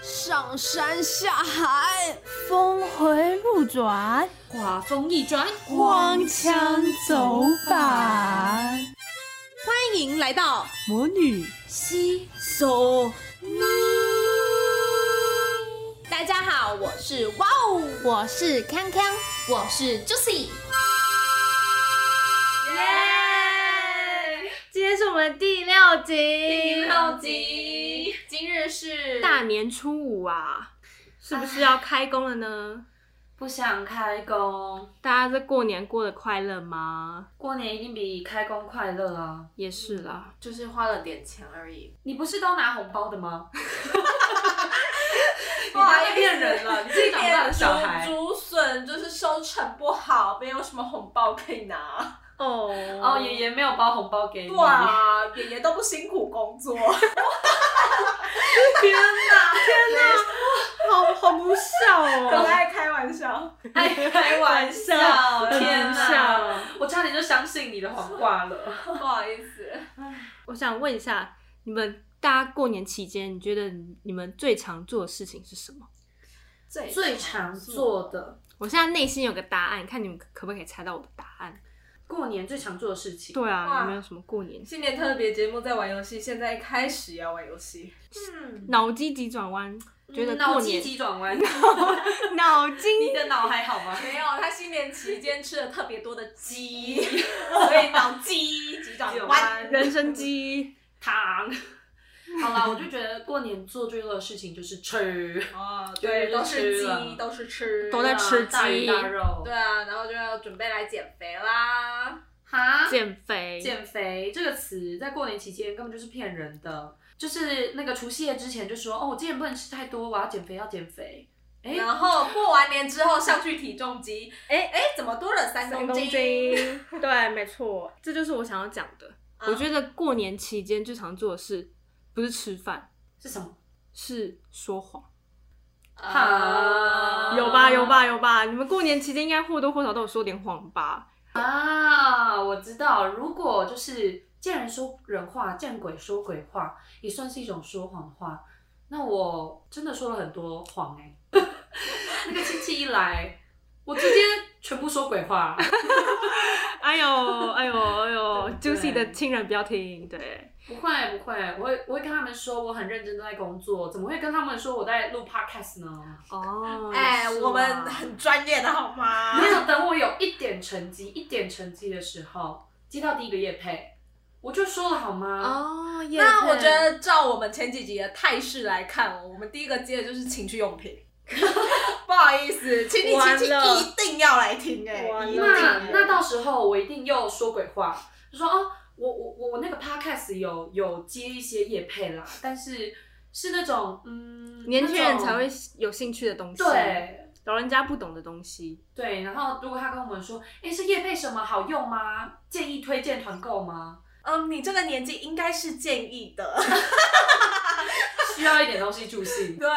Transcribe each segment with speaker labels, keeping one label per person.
Speaker 1: 上山下海，
Speaker 2: 峰回路转，
Speaker 3: 画风一转，
Speaker 2: 光枪走板。
Speaker 1: 欢迎来到
Speaker 2: 魔女
Speaker 3: 西。
Speaker 1: So Me。
Speaker 3: 大家好，我是哇哦，
Speaker 2: 我是康康，
Speaker 3: 我是 Juicy。
Speaker 4: 今天是我们第六集，第
Speaker 3: 集，今日是
Speaker 4: 大年初五啊，是不是要开工了呢？
Speaker 3: 不想开工，
Speaker 4: 大家在过年过得快乐吗？
Speaker 3: 过年一定比开工快乐啊！
Speaker 4: 也是啦，
Speaker 1: 就是花了点钱而已。
Speaker 3: 你不是都拿红包的 吗？
Speaker 1: 不好意思
Speaker 3: 你太骗人了，你自己长大的小孩
Speaker 1: 竹竹笋就是收成不好，没有什么红包可以 拿。
Speaker 4: 哦
Speaker 3: 哦，爷爷没有包红包给你，
Speaker 1: 对啊，爷爷都不辛苦工 作，
Speaker 4: 天哪，天哪，好好不孝
Speaker 1: 很
Speaker 4: 哦，
Speaker 1: 爱开玩笑。
Speaker 3: 爱开玩笑，天
Speaker 4: 很不
Speaker 3: 哪！
Speaker 4: 孝。
Speaker 3: 我差点就相信你的黄瓜了。
Speaker 1: 不好意思，
Speaker 4: 我想问一下，你们大家过年期间，你觉得你们最常做的事情是什么？
Speaker 1: 最
Speaker 3: 最常做的
Speaker 4: 我现在内心有个答案，看你们可不可以猜到我的答案？
Speaker 3: 过年最常做的事情，
Speaker 4: 对啊，
Speaker 1: 哇
Speaker 4: 有没有什么过年
Speaker 1: 新年特别节目在玩游戏，现在开始要玩游戏。
Speaker 3: 嗯，
Speaker 4: 脑筋急转弯？觉得
Speaker 3: 脑
Speaker 4: 过
Speaker 3: 筋
Speaker 4: 年
Speaker 3: 急转 弯，
Speaker 4: 脑 筋
Speaker 3: 你的脑还好吗？
Speaker 1: 没有，他新年期间吃了特别多的鸡， 所以脑鸡急转弯。
Speaker 4: 人参鸡，
Speaker 3: 糖。好啦，我就觉得过年做最多的事情就是吃，
Speaker 1: 哦，对，都是
Speaker 3: 就是吃了
Speaker 1: 鸡，都是吃，
Speaker 4: 都在吃
Speaker 3: 大鱼
Speaker 4: 鸡
Speaker 3: 大肉
Speaker 1: 对。啊，然后就要准备来减肥啦。
Speaker 3: 哈，
Speaker 4: 减肥，
Speaker 3: 减肥这个词在过年期间根本就是骗人的，就是那个除夕夜之前就说哦，我今年不能吃太多，我要减肥，要减肥。哎，
Speaker 1: 然后过完年之后上去体重机，哎哎，怎么多了三
Speaker 4: 三
Speaker 1: 公
Speaker 4: 公斤，对，没错，这就是我想要讲的。
Speaker 3: 嗯
Speaker 1: 啊
Speaker 4: 我觉得过年期间最常做的事，不是吃饭，
Speaker 3: 是什么？
Speaker 4: 是说谎。
Speaker 1: 啊
Speaker 4: 有吧，有吧，有吧？你们过年期间应该或多或少都有说点谎 吧？
Speaker 3: 啊，我知道，如果就是见人说人话，见鬼说鬼话，也算是一种说谎话。那我真的说了很多谎哎、 那个亲戚一来，我直接全部说鬼话。
Speaker 4: 哎呦，哎呦，哎呦
Speaker 3: 对不对
Speaker 4: ，Juicy 的亲人不要听，对，
Speaker 3: 不会不会，我会我会跟他们说我很认真地在工作，怎么会跟他们说我在录 podcast 呢？
Speaker 4: 哦，
Speaker 1: 哎，
Speaker 3: 是啊
Speaker 1: 我们很专业的好吗
Speaker 3: 没？有，等我有一点成绩，一点成绩的时候，接到第一个业配，我就说了好吗？
Speaker 4: 哦，也
Speaker 1: 那我
Speaker 4: 对
Speaker 1: 觉得照我们前几集的态势来看哦，我们第一个接的就是情趣用品。 不好意思，亲戚亲戚
Speaker 4: 完了
Speaker 1: 一定要来听哎、
Speaker 4: 完
Speaker 1: 一定
Speaker 3: 那
Speaker 1: 哎
Speaker 3: 那到时候我一定又说鬼话，就说哦，我我我我那个 podcast 有有接一些业配啦，但是是那种嗯，
Speaker 4: 年轻人
Speaker 3: 那种
Speaker 4: 才会有兴趣的东西，，
Speaker 3: 对。
Speaker 4: 老人家不懂的东西，
Speaker 3: 对，然后如果他跟我们说，哎，是叶配什么好用吗？建议推荐团购吗？
Speaker 1: 嗯，你这个年纪应该是建议的，
Speaker 3: 需要一点东西助兴，
Speaker 1: 对。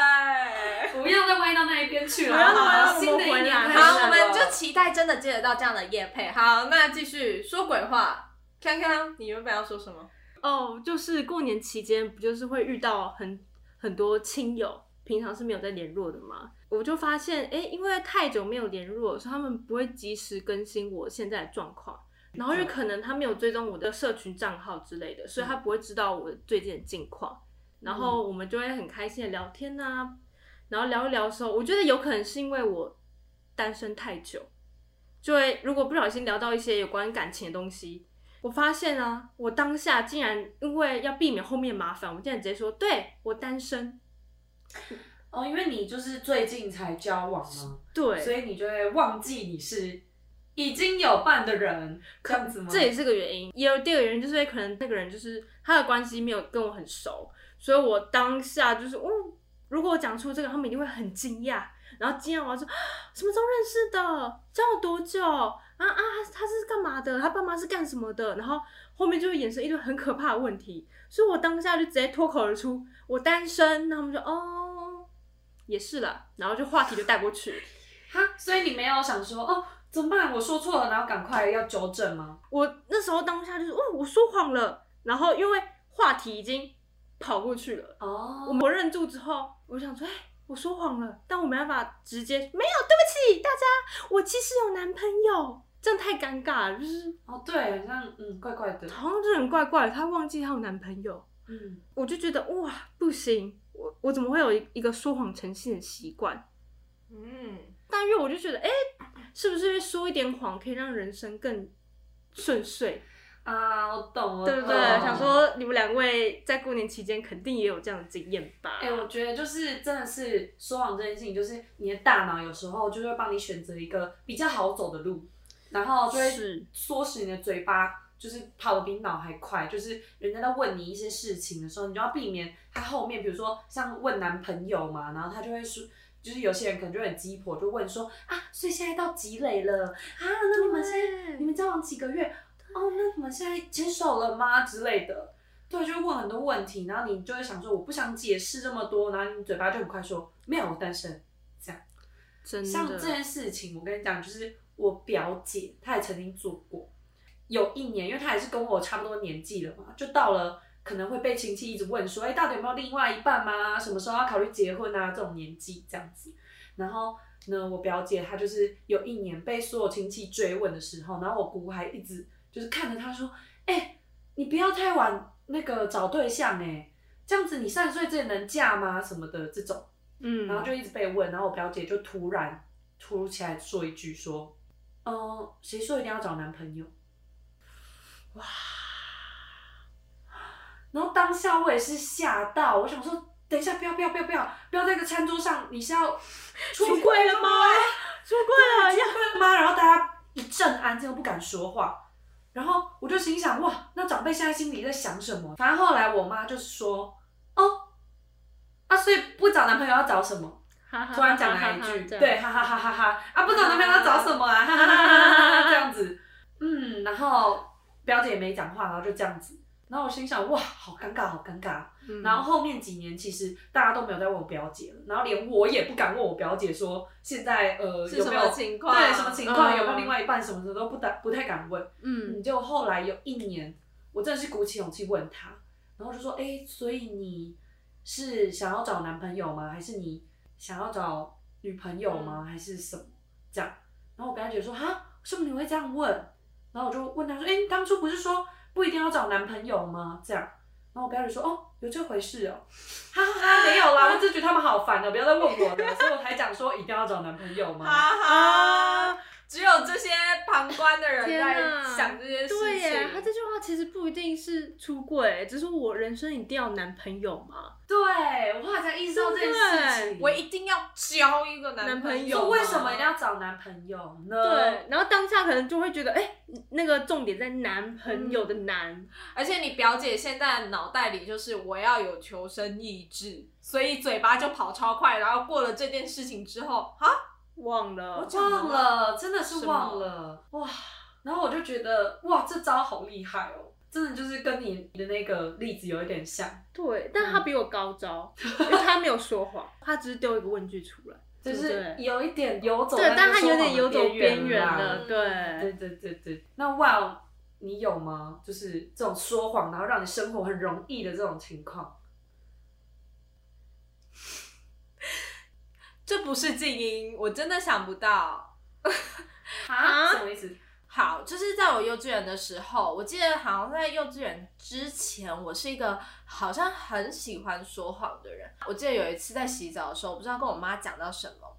Speaker 3: 不要再歪到那一边去了。
Speaker 4: 不要再
Speaker 3: 好吗
Speaker 4: 歪到
Speaker 3: 新的一
Speaker 4: 我们回
Speaker 3: 年
Speaker 4: 来
Speaker 3: 开始
Speaker 1: 好，
Speaker 3: 了
Speaker 1: 我们就期待真的接得到这样的夜配。好，那继续说鬼话。康康，你原本要说什么？
Speaker 4: 哦，就是过年期间不就是会遇到很很多亲友，平常是没有在联络的嘛？我就发现，哎，因为太久没有联络，所以他们不会及时更新我现在的状况，然后有可能他没有追踪我的社群账号之类的，所以他不会知道我最近的近况。然后我们就会很开心的聊天呐、然后聊一聊的时候，我觉得有可能是因为我单身太久，就会如果不小心聊到一些有关感情的东西，我发现啊，我当下竟然因为要避免后面麻烦，我竟然直接说对我单身，
Speaker 3: 哦，因为你就是最近才交往嘛，所
Speaker 4: 对，
Speaker 3: 以你就会忘记你是已经有伴的人，这样子吗？
Speaker 4: 这也是个原因。也有第二个原因就是可能那个人就是他的关系没有跟我很熟，所以我当下就是哦，如果我讲出这个，他们一定会很惊讶。然后惊讶完说、啊 什么时候认识的？交往多久？啊啊，他是干嘛的？他爸妈是干什么的？然后后面就会衍生一堆很可怕的问题，所以我当下就直接脱口而出我单身。然后他们就哦，也是啦，然后就话题就带过去。
Speaker 3: 哈，所以你没有想说哦，怎么办？我说错了，然后赶快要纠正吗？
Speaker 4: 我那时候当下就是哦，我说谎了。然后因为话题已经跑过去了，
Speaker 3: 哦，
Speaker 4: 我我认住之后，我想说，哎、我说谎了，但我没办法直接没有，对不起大家，我其实有男朋友，这样太尴尬了，就是
Speaker 3: 哦，对，好像嗯，怪怪的，
Speaker 4: 好像这人怪怪的，她忘记她有男朋友，
Speaker 3: 嗯，
Speaker 4: 我就觉得哇不行，我我怎么会有一个说谎成性的习惯？
Speaker 1: 嗯，
Speaker 4: 但是我就觉得，哎、是不是说一点谎可以让人生更顺遂？
Speaker 3: 啊，我懂了，
Speaker 4: 对不对？
Speaker 3: 我懂
Speaker 4: 想，说你们两位在过年期间肯定也有这样的经验吧？
Speaker 3: 哎、我觉得就是真的是说谎这件事情，就是你的大脑有时候就会帮你选择一个比较好走的路，然后就会
Speaker 4: 是
Speaker 3: 唆使你的嘴巴。就是跑得比脑还快，就是人家在问你一些事情的时候，你就要避免他后面，比如说像问男朋友嘛，然后他就会说，就是有些人可能就很鸡婆，就问说啊，所以现在到积累了啊，那你们现在
Speaker 4: 对
Speaker 3: 你们交往几个月？哦，那你们现在接受了吗之类的？对，就会问很多问题，然后你就会想说我不想解释这么多，然后你嘴巴就很快说没有，我单身。
Speaker 4: 真的，
Speaker 3: 像这件事情，我跟你讲，就是我表姐她也曾经做过，有一年，因为她也是跟我差不多年纪了嘛，就到了可能会被亲戚一直问说，哎、到底有没有另外一半吗？什么时候要考虑结婚啊？这种年纪这样子。然后呢，我表姐她就是有一年被所有亲戚追问的时候，然后我姑姑还一直就是看着她说，哎、你不要太晚那个找对象哎、这样子你三十岁之前能嫁吗？什么的这种。
Speaker 4: 嗯，
Speaker 3: 然后就一直被问，然后我表姐就突然突如其来说一句说，嗯、谁说一定要找男朋友？哇！然后当下我也是吓到，我想说，等一下，不要不要不要不要不要在一个餐桌上，你是要出啊
Speaker 4: 出柜了吗出柜了，
Speaker 3: 要
Speaker 4: 要
Speaker 3: 问吗？然后大家一阵安静，都不敢说话。然后我就心想，哇，那长辈现在心里在想什么？反正后来我妈就是说，哦，啊，所以不找男朋友要找什么？
Speaker 4: 哈哈
Speaker 3: 突然讲了一句，
Speaker 4: 这样
Speaker 3: 对，哈哈哈哈哈啊，不知道男朋友要找什么 啊，哈哈哈哈哈哈这样子，嗯，然后表姐也没讲话，然后就这样子，然后我心想哇，好尴尬，好尴尬。
Speaker 4: 嗯
Speaker 3: 然后后面几年其实大家都没有再问我表姐了，然后连我也不敢问我表姐说现在呃
Speaker 1: 是
Speaker 3: 有
Speaker 1: 什
Speaker 3: 没
Speaker 1: 么
Speaker 3: 有
Speaker 1: 情况
Speaker 3: 对什么情况，
Speaker 4: 嗯
Speaker 3: 有没有另外一半什么的都不敢不太敢问。
Speaker 4: 嗯
Speaker 3: 嗯，就后来有一年，我真的是鼓起勇气问他，然后就说：“哎、所以你是想要找男朋友吗？还是你想要找女朋友吗？还是什么？”这样，然后我表姐说：“哈，为什么你会这样问？”然后我就问他说：“哎、你当初不是说不一定要找男朋友吗？”这样，然后我表姐说：“哦，有这回事哦。”哈哈哈，没有啦，我只是觉得他们好烦哦，不要再问我了，所以我才讲说一定要找男朋友嘛。
Speaker 1: 哈哈，只有这些旁观的人
Speaker 4: 天
Speaker 1: 在
Speaker 4: 哪
Speaker 1: 想这些事情。
Speaker 4: 对耶，他这句话其实不一定是出柜，只是我人生一定要有男朋友嘛。
Speaker 3: 对，我后来才意识到这件事情。
Speaker 1: 我一定要交一个
Speaker 4: 男朋
Speaker 1: 朋
Speaker 4: 友
Speaker 1: 友
Speaker 3: 就
Speaker 1: 吗，
Speaker 4: 吗
Speaker 3: 为什么一定要找男朋友呢？
Speaker 4: 对，然后当下可能就会觉得，哎、那个重点在男朋友的
Speaker 3: 嗯
Speaker 4: 男，
Speaker 1: 而且你表姐现在的脑袋里就是我要有求生意志，所以嘴巴就跑超快，然后过了这件事情之后，哈，
Speaker 4: 忘了，
Speaker 1: 我
Speaker 3: 忘了，真的是
Speaker 1: 什么
Speaker 3: 忘了哇！然后我就觉得哇，这招好厉害哦，真的就是跟你的那个例子有一点像，
Speaker 4: 对，
Speaker 3: 嗯
Speaker 4: 但他比我高招，因为他没有说谎，他只是丢一个问句出来。
Speaker 3: 就是
Speaker 4: 对不对
Speaker 3: 有一点游走
Speaker 4: 对，
Speaker 3: 在那
Speaker 4: 但
Speaker 3: 个
Speaker 4: 他
Speaker 3: 说
Speaker 4: 有
Speaker 3: 谎的
Speaker 4: 点游走边缘
Speaker 3: 啦
Speaker 4: 了。
Speaker 3: 对
Speaker 4: 对，
Speaker 3: 对对对，那哇，你有吗？就是这种说谎，然后让你生活很容易的这种情况，
Speaker 1: 这不是静音，我真的想不到。
Speaker 3: 啊？什么意思？
Speaker 1: 好，就是在我幼稚园的时候，我记得好像在幼稚园之前，我是一个好像很喜欢说谎的人。我记得有一次在洗澡的时候，我不知道跟我妈讲到什么，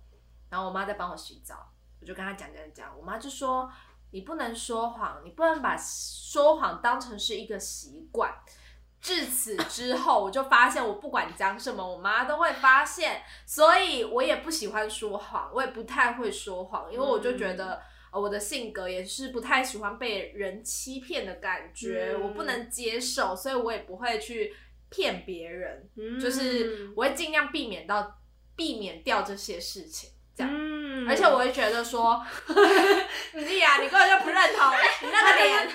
Speaker 1: 然后我妈在帮我洗澡，我就跟她讲讲讲，我妈就说你不能说谎，你不能把说谎当成是一个习惯。至此之后，我就发现我不管讲什么，我妈都会发现，所以我也不喜欢说谎，我也不太会说谎，因为我就觉得。
Speaker 4: 嗯
Speaker 1: 呃我的性格也是不太喜欢被人欺骗的感觉，
Speaker 4: 嗯
Speaker 1: 我不能接受，所以我也不会去骗别人，
Speaker 4: 嗯
Speaker 1: 就是我会尽量避免到避免掉这些事情。这样
Speaker 4: 嗯，嗯
Speaker 1: 而且我会觉得说， 你丽雅，你根本就不认同，你那个脸，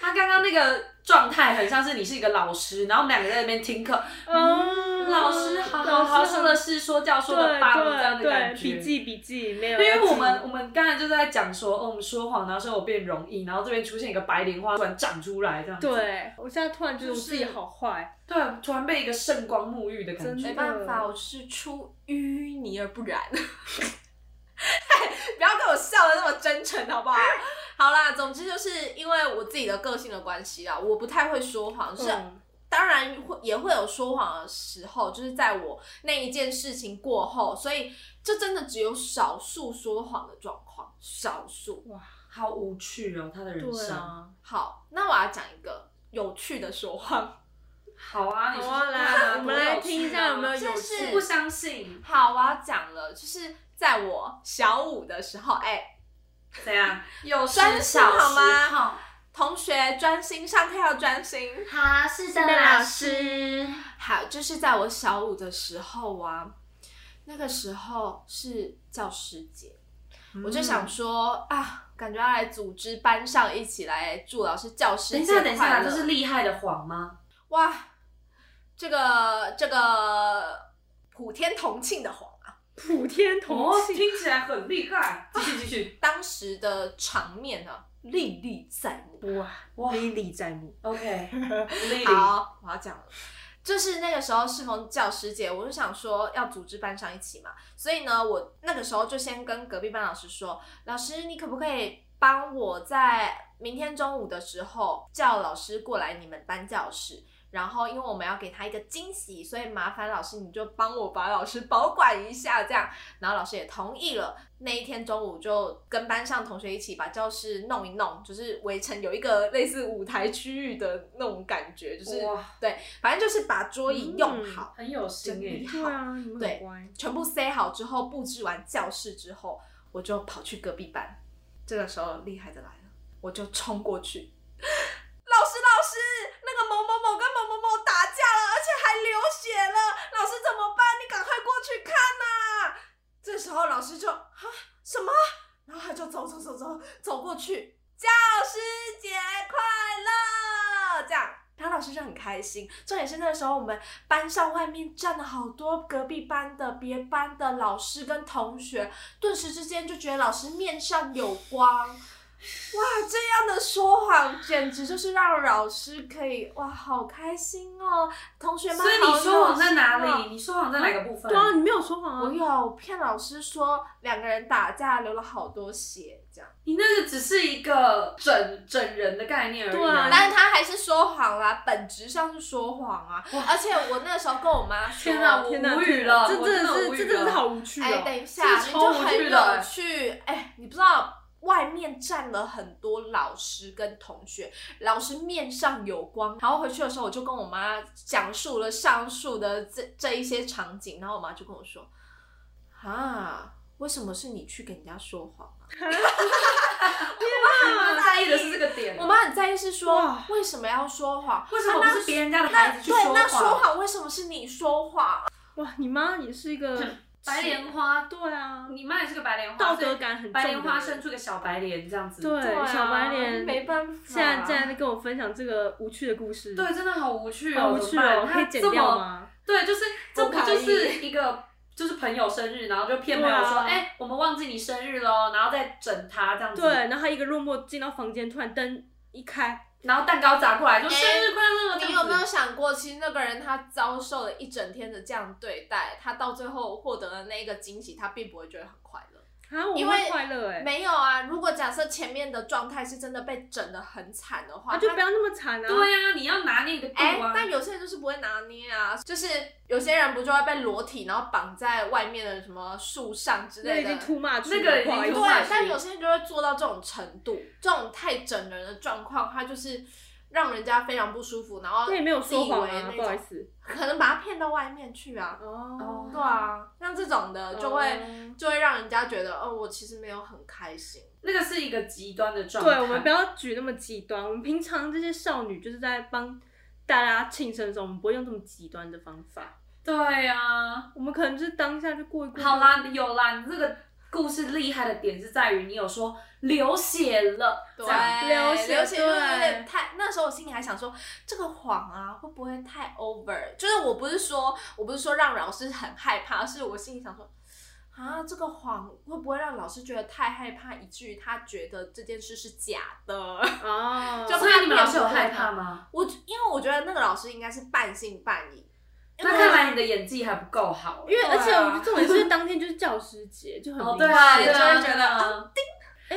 Speaker 3: 他刚刚那个状态很像是你是一个老师，然后我们两个在那边听课，
Speaker 4: 嗯
Speaker 3: 老师好好好，说的是说教，说的棒，这样
Speaker 4: 对对
Speaker 3: 的感
Speaker 4: 对，
Speaker 3: 觉。
Speaker 4: 笔记笔记没有
Speaker 3: 因
Speaker 4: 要记，
Speaker 3: 为我们我们刚才就在讲说，哦，我们说谎，然后生活变容易，然后这边出现一个白莲花突然长出来，这样子，
Speaker 4: 对我现在突然觉得我
Speaker 1: 就是
Speaker 4: 自己好坏，
Speaker 3: 对，啊突然被一个圣光沐浴的感
Speaker 4: 真
Speaker 3: 觉
Speaker 4: 的
Speaker 1: 没。办法，我是出淤泥而不染。 不要跟我笑的那么真诚，好不好？好啦，总之就是因为我自己的个性的关系啊，我不太会说谎，是
Speaker 4: 嗯
Speaker 1: 当然会也会有说谎的时候，就是在我那一件事情过后，所以这真的只有少数说谎的状况，少数。
Speaker 3: 好无趣哦，他的人
Speaker 4: 对
Speaker 3: 生。
Speaker 4: 啊，
Speaker 1: 好，那我要讲一个有趣的说谎。
Speaker 3: 好啊，你
Speaker 4: 好
Speaker 3: 说
Speaker 4: 啊，
Speaker 3: 说看
Speaker 4: 来，我
Speaker 3: 多
Speaker 4: 们
Speaker 3: 有
Speaker 4: 来
Speaker 3: 趣
Speaker 4: 听一
Speaker 3: 啊
Speaker 4: 下有没有
Speaker 1: 这
Speaker 4: 有
Speaker 1: 是
Speaker 4: 趣
Speaker 3: 不相信
Speaker 1: 好，我要讲了，就是在我小五的时候，哎、
Speaker 3: 怎 样？有
Speaker 1: 专心好吗
Speaker 3: 好，
Speaker 1: 同学专心上课要专心。
Speaker 3: 他是
Speaker 4: 的老师，
Speaker 1: 好，就是在我小五的时候啊，那个时候是教师节，
Speaker 3: 嗯
Speaker 1: 我就想说啊，感觉要来组织班上一起来祝老师教师
Speaker 3: 等一
Speaker 1: 节
Speaker 3: 下，等一
Speaker 1: 快
Speaker 3: 下，
Speaker 1: 乐
Speaker 3: 这是厉害的谎吗？
Speaker 1: 哇，这个这个普天同庆的谎啊，
Speaker 4: 普天同
Speaker 3: 哦，
Speaker 4: 庆，
Speaker 3: 听起来很厉 害。继续继续，
Speaker 1: 当时的场面呢、啊、历历在目。
Speaker 4: 哇
Speaker 3: 哇
Speaker 4: 历历在目，
Speaker 3: ，OK，丽丽，
Speaker 1: 好，我要讲了。就是那个时候适逢教师节，我就想说要组织班上一起嘛，所以呢，我那个时候就先跟隔壁班老师说，老师你可不可以帮我在明天中午的时候叫老师过来你们班教室？然后因为我们要给他一个惊喜，所以麻烦老师你就帮我把老师保管一下这样。然后老师也同意了。那一天中午就跟班上同学一起把教室弄一弄，就是围成有一个类似舞台区域的那种感觉，就是
Speaker 3: 哇
Speaker 1: 对，反正就是把桌椅用
Speaker 4: 嗯
Speaker 1: 好，
Speaker 3: 很有心欸
Speaker 1: 真厉
Speaker 3: 诶。
Speaker 1: 害
Speaker 4: 对啊，你们
Speaker 1: 对
Speaker 4: 很乖，
Speaker 1: 全部塞好之后，布置完教室之后，我就跑去隔壁班。这个时候厉害的来了，我就冲过去， 老师老师，那个某某某跟某某某打架了，而且还流血了，老师怎么办？你赶快过去看啊呐、这时候老师就啊什么，然后他就走走走走走过去，教师节快乐，这样。然后老师就很开心，重点是那时候我们班上外面站了好多隔壁班的、别班的老师跟同学，顿时之间就觉得老师面上有光。哇，这样的说谎简直就是让老师可以哇，好开心哦！同学们，
Speaker 3: 所以你说
Speaker 1: 我
Speaker 3: 谎在哪里？？你说谎在哪个部分？
Speaker 4: 哦对啊，你没有说谎
Speaker 1: 我
Speaker 4: 啊，
Speaker 1: 有骗老师说两个人打架流了好多血，这样，
Speaker 3: 你那个只是一个整整人的概念而已。
Speaker 4: 对啊
Speaker 1: 但是他还是说谎啦，本质上是说谎啊。而且我那时候跟我妈说，
Speaker 3: 天哪，我
Speaker 4: 天哪
Speaker 3: 无语了，
Speaker 4: 这
Speaker 3: 我
Speaker 4: 真的
Speaker 3: 无
Speaker 4: 是
Speaker 3: 语
Speaker 4: 这真的是
Speaker 3: 了
Speaker 4: 好无趣
Speaker 1: 哎，
Speaker 4: 哦，
Speaker 1: 等一下，
Speaker 3: 这
Speaker 1: 你
Speaker 3: 超
Speaker 1: 就
Speaker 3: 无
Speaker 1: 很
Speaker 3: 趣的
Speaker 1: 有趣。哎、你不知道外面站了很多老师跟同学，老师面上有光。然后回去的时候，我就跟我妈讲述了上述的这这一些场景，然后我妈就跟我说：“啊，为什么是你去给人家说谎？”
Speaker 3: 你妈在意的是这个点。啊
Speaker 1: 我妈很在意是说
Speaker 4: 哇，
Speaker 1: 为什么要说谎？
Speaker 3: 为什么
Speaker 1: 啊
Speaker 3: 不是别人家的
Speaker 1: 那
Speaker 3: 孩子去
Speaker 1: 对，那
Speaker 3: 说
Speaker 1: 说
Speaker 3: 谎？
Speaker 1: 谎为什么是你说谎？
Speaker 4: 哇，你妈也是一个
Speaker 3: 白莲花，
Speaker 4: 对啊，
Speaker 3: 你妈也是个白莲花，
Speaker 4: 道德感很重的人，
Speaker 3: 白莲花生出个小白莲这样子。
Speaker 4: 对
Speaker 1: 啊
Speaker 4: 小白脸
Speaker 1: 没办法，
Speaker 4: 现在现在跟我分享这个无趣的故事，
Speaker 3: 对，真的好无趣
Speaker 4: 好
Speaker 3: 哦，
Speaker 4: 无
Speaker 3: 怎
Speaker 4: 趣
Speaker 3: 么办
Speaker 4: 哦，可
Speaker 3: 他
Speaker 4: 以剪
Speaker 3: 这
Speaker 4: 掉
Speaker 3: 么
Speaker 4: 吗？
Speaker 3: 对，就是这
Speaker 1: 不
Speaker 3: 不
Speaker 1: 可
Speaker 3: 就是
Speaker 1: 以
Speaker 3: 一个就是朋友生日，然后就骗朋友说，
Speaker 4: 对啊
Speaker 3: 哎、我们忘记你生日喽，然后再整他这样子，
Speaker 4: 对，，然后他一个落寞进到房间，突然灯一开，
Speaker 3: 然后蛋糕砸过来就
Speaker 1: 哎
Speaker 3: 生日快乐，这
Speaker 1: 你有
Speaker 3: 样子
Speaker 1: 没有想过，其实那个人他遭受了一整天的这样对待，他到最后获得的那个惊喜，他并不会觉得很快乐。
Speaker 4: 啊，我
Speaker 1: 因为
Speaker 4: 会快乐哎，
Speaker 1: 没有啊，如果假设前面的状态是真的被整的很惨的话，
Speaker 4: 啊，就不要那么惨啊，
Speaker 3: 对呀、你要拿那个度
Speaker 1: 哎、
Speaker 3: 啊，
Speaker 1: 但有些人就是不会拿捏啊，就是有些人不就会被裸体，然后绑在外面的什么树上之
Speaker 4: 那
Speaker 1: 类
Speaker 4: 已经
Speaker 1: 的。
Speaker 4: too much，
Speaker 3: 那个已经
Speaker 4: 不好意思
Speaker 3: too much
Speaker 1: 对，但有些人就会做到这种程度，这种太整人的状况，他就是让人家非常不舒服，然后
Speaker 4: 那也没有说谎
Speaker 1: 自以为
Speaker 4: 啊
Speaker 1: 那，种
Speaker 4: 不好意思，
Speaker 1: 可能把他骗到外面去啊。
Speaker 4: 哦
Speaker 1: 对啊，像这种的就会、
Speaker 4: 哦
Speaker 1: 就会让人家觉得，哦，我其实没有很开心。
Speaker 3: 那个是一个极端的状态，
Speaker 4: 对，我们不要举那么极端。我们平常这些少女就是在帮大家庆生的时候，我们不会用这么极 端的方法。
Speaker 3: 对呀、啊
Speaker 4: 我们可能就是当下就过一过。
Speaker 3: 好啦，有啦，你这个故事厉害的点是在于你有说流血了，这样
Speaker 1: 对，
Speaker 4: 流血
Speaker 1: 流血就是有
Speaker 4: 对
Speaker 1: 点太。那时候我心里还想说，这个谎啊会不会太 over？就是我不是说，我不是说让老师很害怕，是我心里想说，啊，这个谎会不会让老师觉得太害怕，以至于他觉得这件事是假的？
Speaker 4: 哦，
Speaker 1: 就
Speaker 3: 所以你们老师有害怕吗？
Speaker 1: 我因为我觉得那个老师应该是半信半疑。
Speaker 3: 那看来你的演技还不够好、
Speaker 4: 因为
Speaker 1: 对啊
Speaker 4: 而且我觉得重点是当天就是教师节，就很
Speaker 3: 哦，
Speaker 4: 明
Speaker 3: 对啊，就
Speaker 4: 显
Speaker 3: 会
Speaker 1: 对
Speaker 3: 觉
Speaker 1: 啊
Speaker 3: 得啊叮。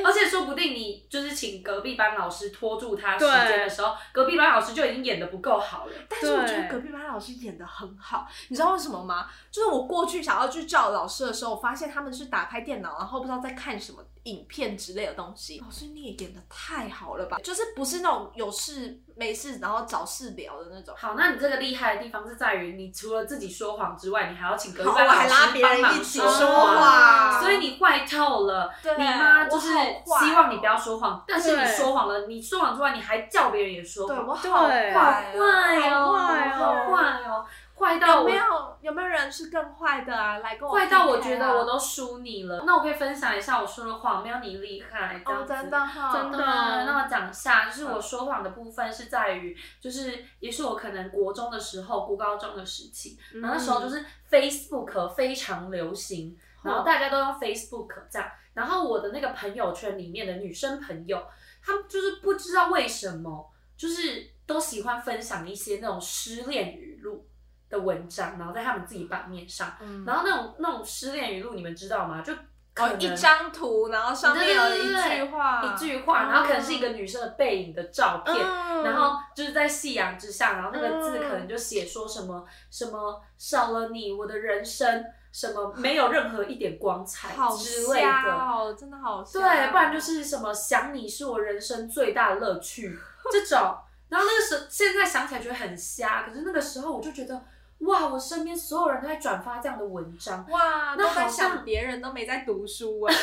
Speaker 3: 而且说不定你就是请隔壁班老师拖住他时
Speaker 4: 对
Speaker 3: 间的时候，隔壁班老师就已经演的不够好了。
Speaker 1: 但是我觉得
Speaker 4: 对
Speaker 1: 隔壁班老师演的很好，你知道为什么吗？就是我过去想要去找老师的时候，我发现他们是打开电脑，然后不知道在看什么影片之类的东西。老师你也演的太好了吧？就是不是那种有事没事然后找事聊的那种。
Speaker 3: 好，那你这个厉害的地方是在于，你除了自己说谎之外，你还要请隔壁
Speaker 1: 好，
Speaker 3: 班
Speaker 1: 我
Speaker 3: 老
Speaker 1: 还
Speaker 3: 师
Speaker 1: 拉别
Speaker 3: 帮
Speaker 1: 人
Speaker 3: 忙
Speaker 1: 一起
Speaker 4: 说
Speaker 1: 话，
Speaker 4: 话
Speaker 3: 所以你坏透了。
Speaker 1: 啊对
Speaker 3: 你妈就是
Speaker 1: 我好坏哦
Speaker 3: 希望你不要说谎，但是你
Speaker 4: 对
Speaker 3: 说谎了，你说谎之外，你还叫别人也说
Speaker 1: 对
Speaker 3: 谎，
Speaker 1: 我好哦
Speaker 4: 对
Speaker 1: 坏
Speaker 3: 坏
Speaker 1: 哦，
Speaker 3: 哦，
Speaker 1: 好
Speaker 3: 好
Speaker 1: 坏哦。
Speaker 3: 坏哦，坏到
Speaker 1: 有
Speaker 3: 我
Speaker 1: 没有有没有人是更坏的啊？来跟我
Speaker 3: 坏到我
Speaker 1: PK
Speaker 3: 觉
Speaker 1: 啊
Speaker 3: 得我都输你了。那我可以分享一下我说的谎，没有你厉害，这样
Speaker 1: 哦，啊
Speaker 3: 子。
Speaker 1: 真的哈，
Speaker 4: 真的
Speaker 3: 对，那我讲一下，就是我说谎的部分是在于，就是也是我可能国中的时候、国高中的时期，
Speaker 4: 嗯
Speaker 3: 然后那时候就是 Facebook 非常流行，然后大家都用 Facebook 这样，然后我的那个朋友圈里面的女生朋友，她们就是不知道为什么，就是都喜欢分享一些那种失恋语录的文章，然后在他们自己版面上，
Speaker 1: 嗯
Speaker 3: 然后那种那种失恋语录你们知道吗？就可
Speaker 1: 哦
Speaker 3: 能，
Speaker 1: 一张图，然后上面有一句话，嗯
Speaker 3: 一句话，然后可能是一个女生的背影的照片，
Speaker 4: 嗯
Speaker 3: 然后就是在夕阳之下，然后那个字可能就写说什么、什么少了你，我的人生什么没有任何一点光彩
Speaker 1: 好
Speaker 3: 之类
Speaker 1: 瞎
Speaker 3: 的。
Speaker 1: 哦，真的好瞎
Speaker 3: 对
Speaker 1: 哦，，
Speaker 3: 不然就是什么想你是我人生最大的乐趣 这种。然后那个时候现在想起来觉得很瞎，可是那个时候我就觉得哇，我身边所有人都在转发这样的文章，
Speaker 1: 哇，
Speaker 3: 那
Speaker 1: 都在
Speaker 3: 好像
Speaker 1: 想别人都没在读书哎、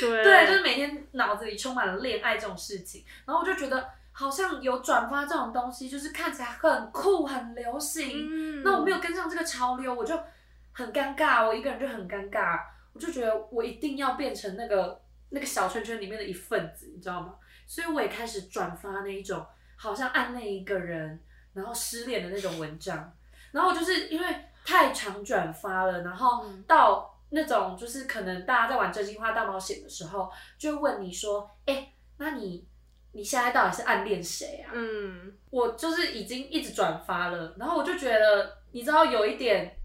Speaker 4: 对
Speaker 3: 对，就是每天脑子里充满了恋爱这种事情，然后我就觉得好像有转发这种东西，就是看起来很酷、很流行。
Speaker 4: 嗯
Speaker 3: 那我没有跟上这个潮流，我就很尴尬，我一个人就很尴尬，我就觉得我一定要变成那个那个小圈圈里面的一份子，你知道吗？所以我也开始转发那一种好像暗恋一个人，然后失恋的那种文章。然后就是因为太常转发了，然后到那种就是可能大家在玩真心话大冒险的时候，就会问你说：“哎、那你你现在到底是暗恋谁啊？”
Speaker 4: 嗯，
Speaker 3: 我就是已经一直转发了，然后我就觉得，你知道有一点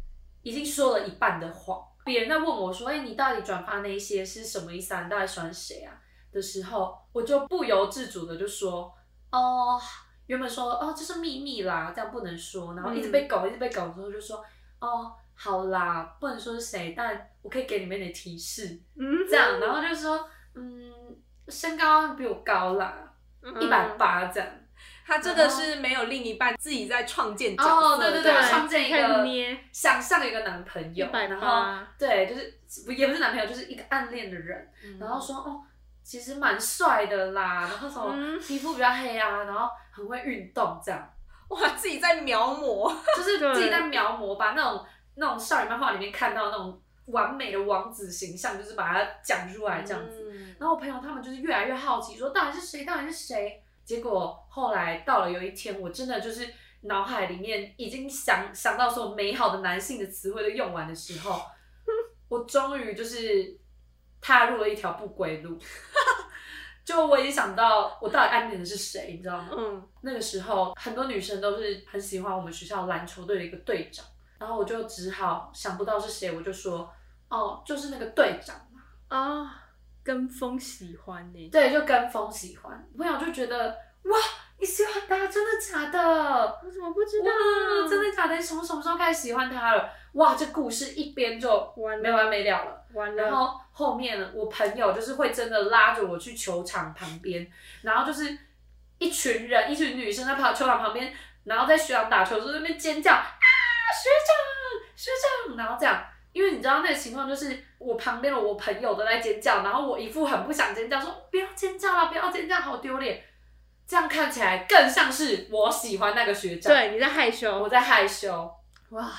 Speaker 3: 已经说了一半的谎，别人在问我说：“哎、你到底转发那一些是什么意思啊？你到底喜欢谁啊？”的时候，我就不由自主的就说：“哦，原本说哦这是秘密啦，这样不能说。”然后一直被搞，一直被搞之后就说：“哦，好啦，不能说是谁，但我可以给你们一点提示。”
Speaker 4: 嗯
Speaker 3: 这样，然后就说：“嗯，身高比我高啦，
Speaker 4: 嗯
Speaker 3: 一百八这样。”
Speaker 1: 他这个是没有另一半，自己在创建角色。
Speaker 3: 嗯哦，对对对，
Speaker 4: 对
Speaker 3: 创建一
Speaker 4: 开始
Speaker 3: 个
Speaker 4: 捏
Speaker 3: 想象一个哦男朋友，
Speaker 4: 180
Speaker 3: 然后对，就是不也不是男朋友，就是一个暗恋的人，
Speaker 1: 嗯
Speaker 3: 然后说哦，其实蛮帅的啦，然后什么
Speaker 4: 嗯
Speaker 3: 皮肤比较黑啊，然后很会运动，这 样，
Speaker 1: 哇，自己在描摹，
Speaker 3: 就是
Speaker 4: 对
Speaker 3: 自己在描摹，把那种那种少女漫画里面看到的那种完美的王子形象，就是把它讲出来这样子。
Speaker 1: 嗯
Speaker 3: 然后我朋友他们就是越来越好奇，说到底是谁，到底是谁。结果后来到了有一天，我真的就是脑海里面已经想想到所有美好的男性的词汇都用完的时候，我终于就是踏入了一条不归路。 就我已经想到我到底暗恋的是谁，你知道吗？
Speaker 4: 嗯，
Speaker 3: 那个时候很多女生都是很喜欢我们学校篮球队的一个队长，然后我就只好想不到是谁，我就说哦，就是那个队长。
Speaker 4: 哦，跟风喜欢呢，
Speaker 3: 对，就跟风喜欢。我朋友就觉得哇，你喜欢他，真的假的？
Speaker 4: 我怎么不知道
Speaker 3: 哇，？真的假的？你从什么时候开始喜欢他了？哇，这故事一边就
Speaker 4: 完了
Speaker 3: 没完没了了。
Speaker 4: 完了，
Speaker 3: 然后后面呢，我朋友就是会真的拉着我去球场旁边，然后就是一群人，一群女生在跑球场旁边，然后在学长打球的时候在那边尖叫啊，学长，学长，然后这样。因为你知道那个情况，就是我旁边的我朋友都在尖叫，然后我一副很不想尖叫，说不要尖叫啦，不要尖叫，好丢脸。这样看起来更像是我喜欢那个学长，
Speaker 4: 对你在害羞，
Speaker 3: 我在害羞。哇，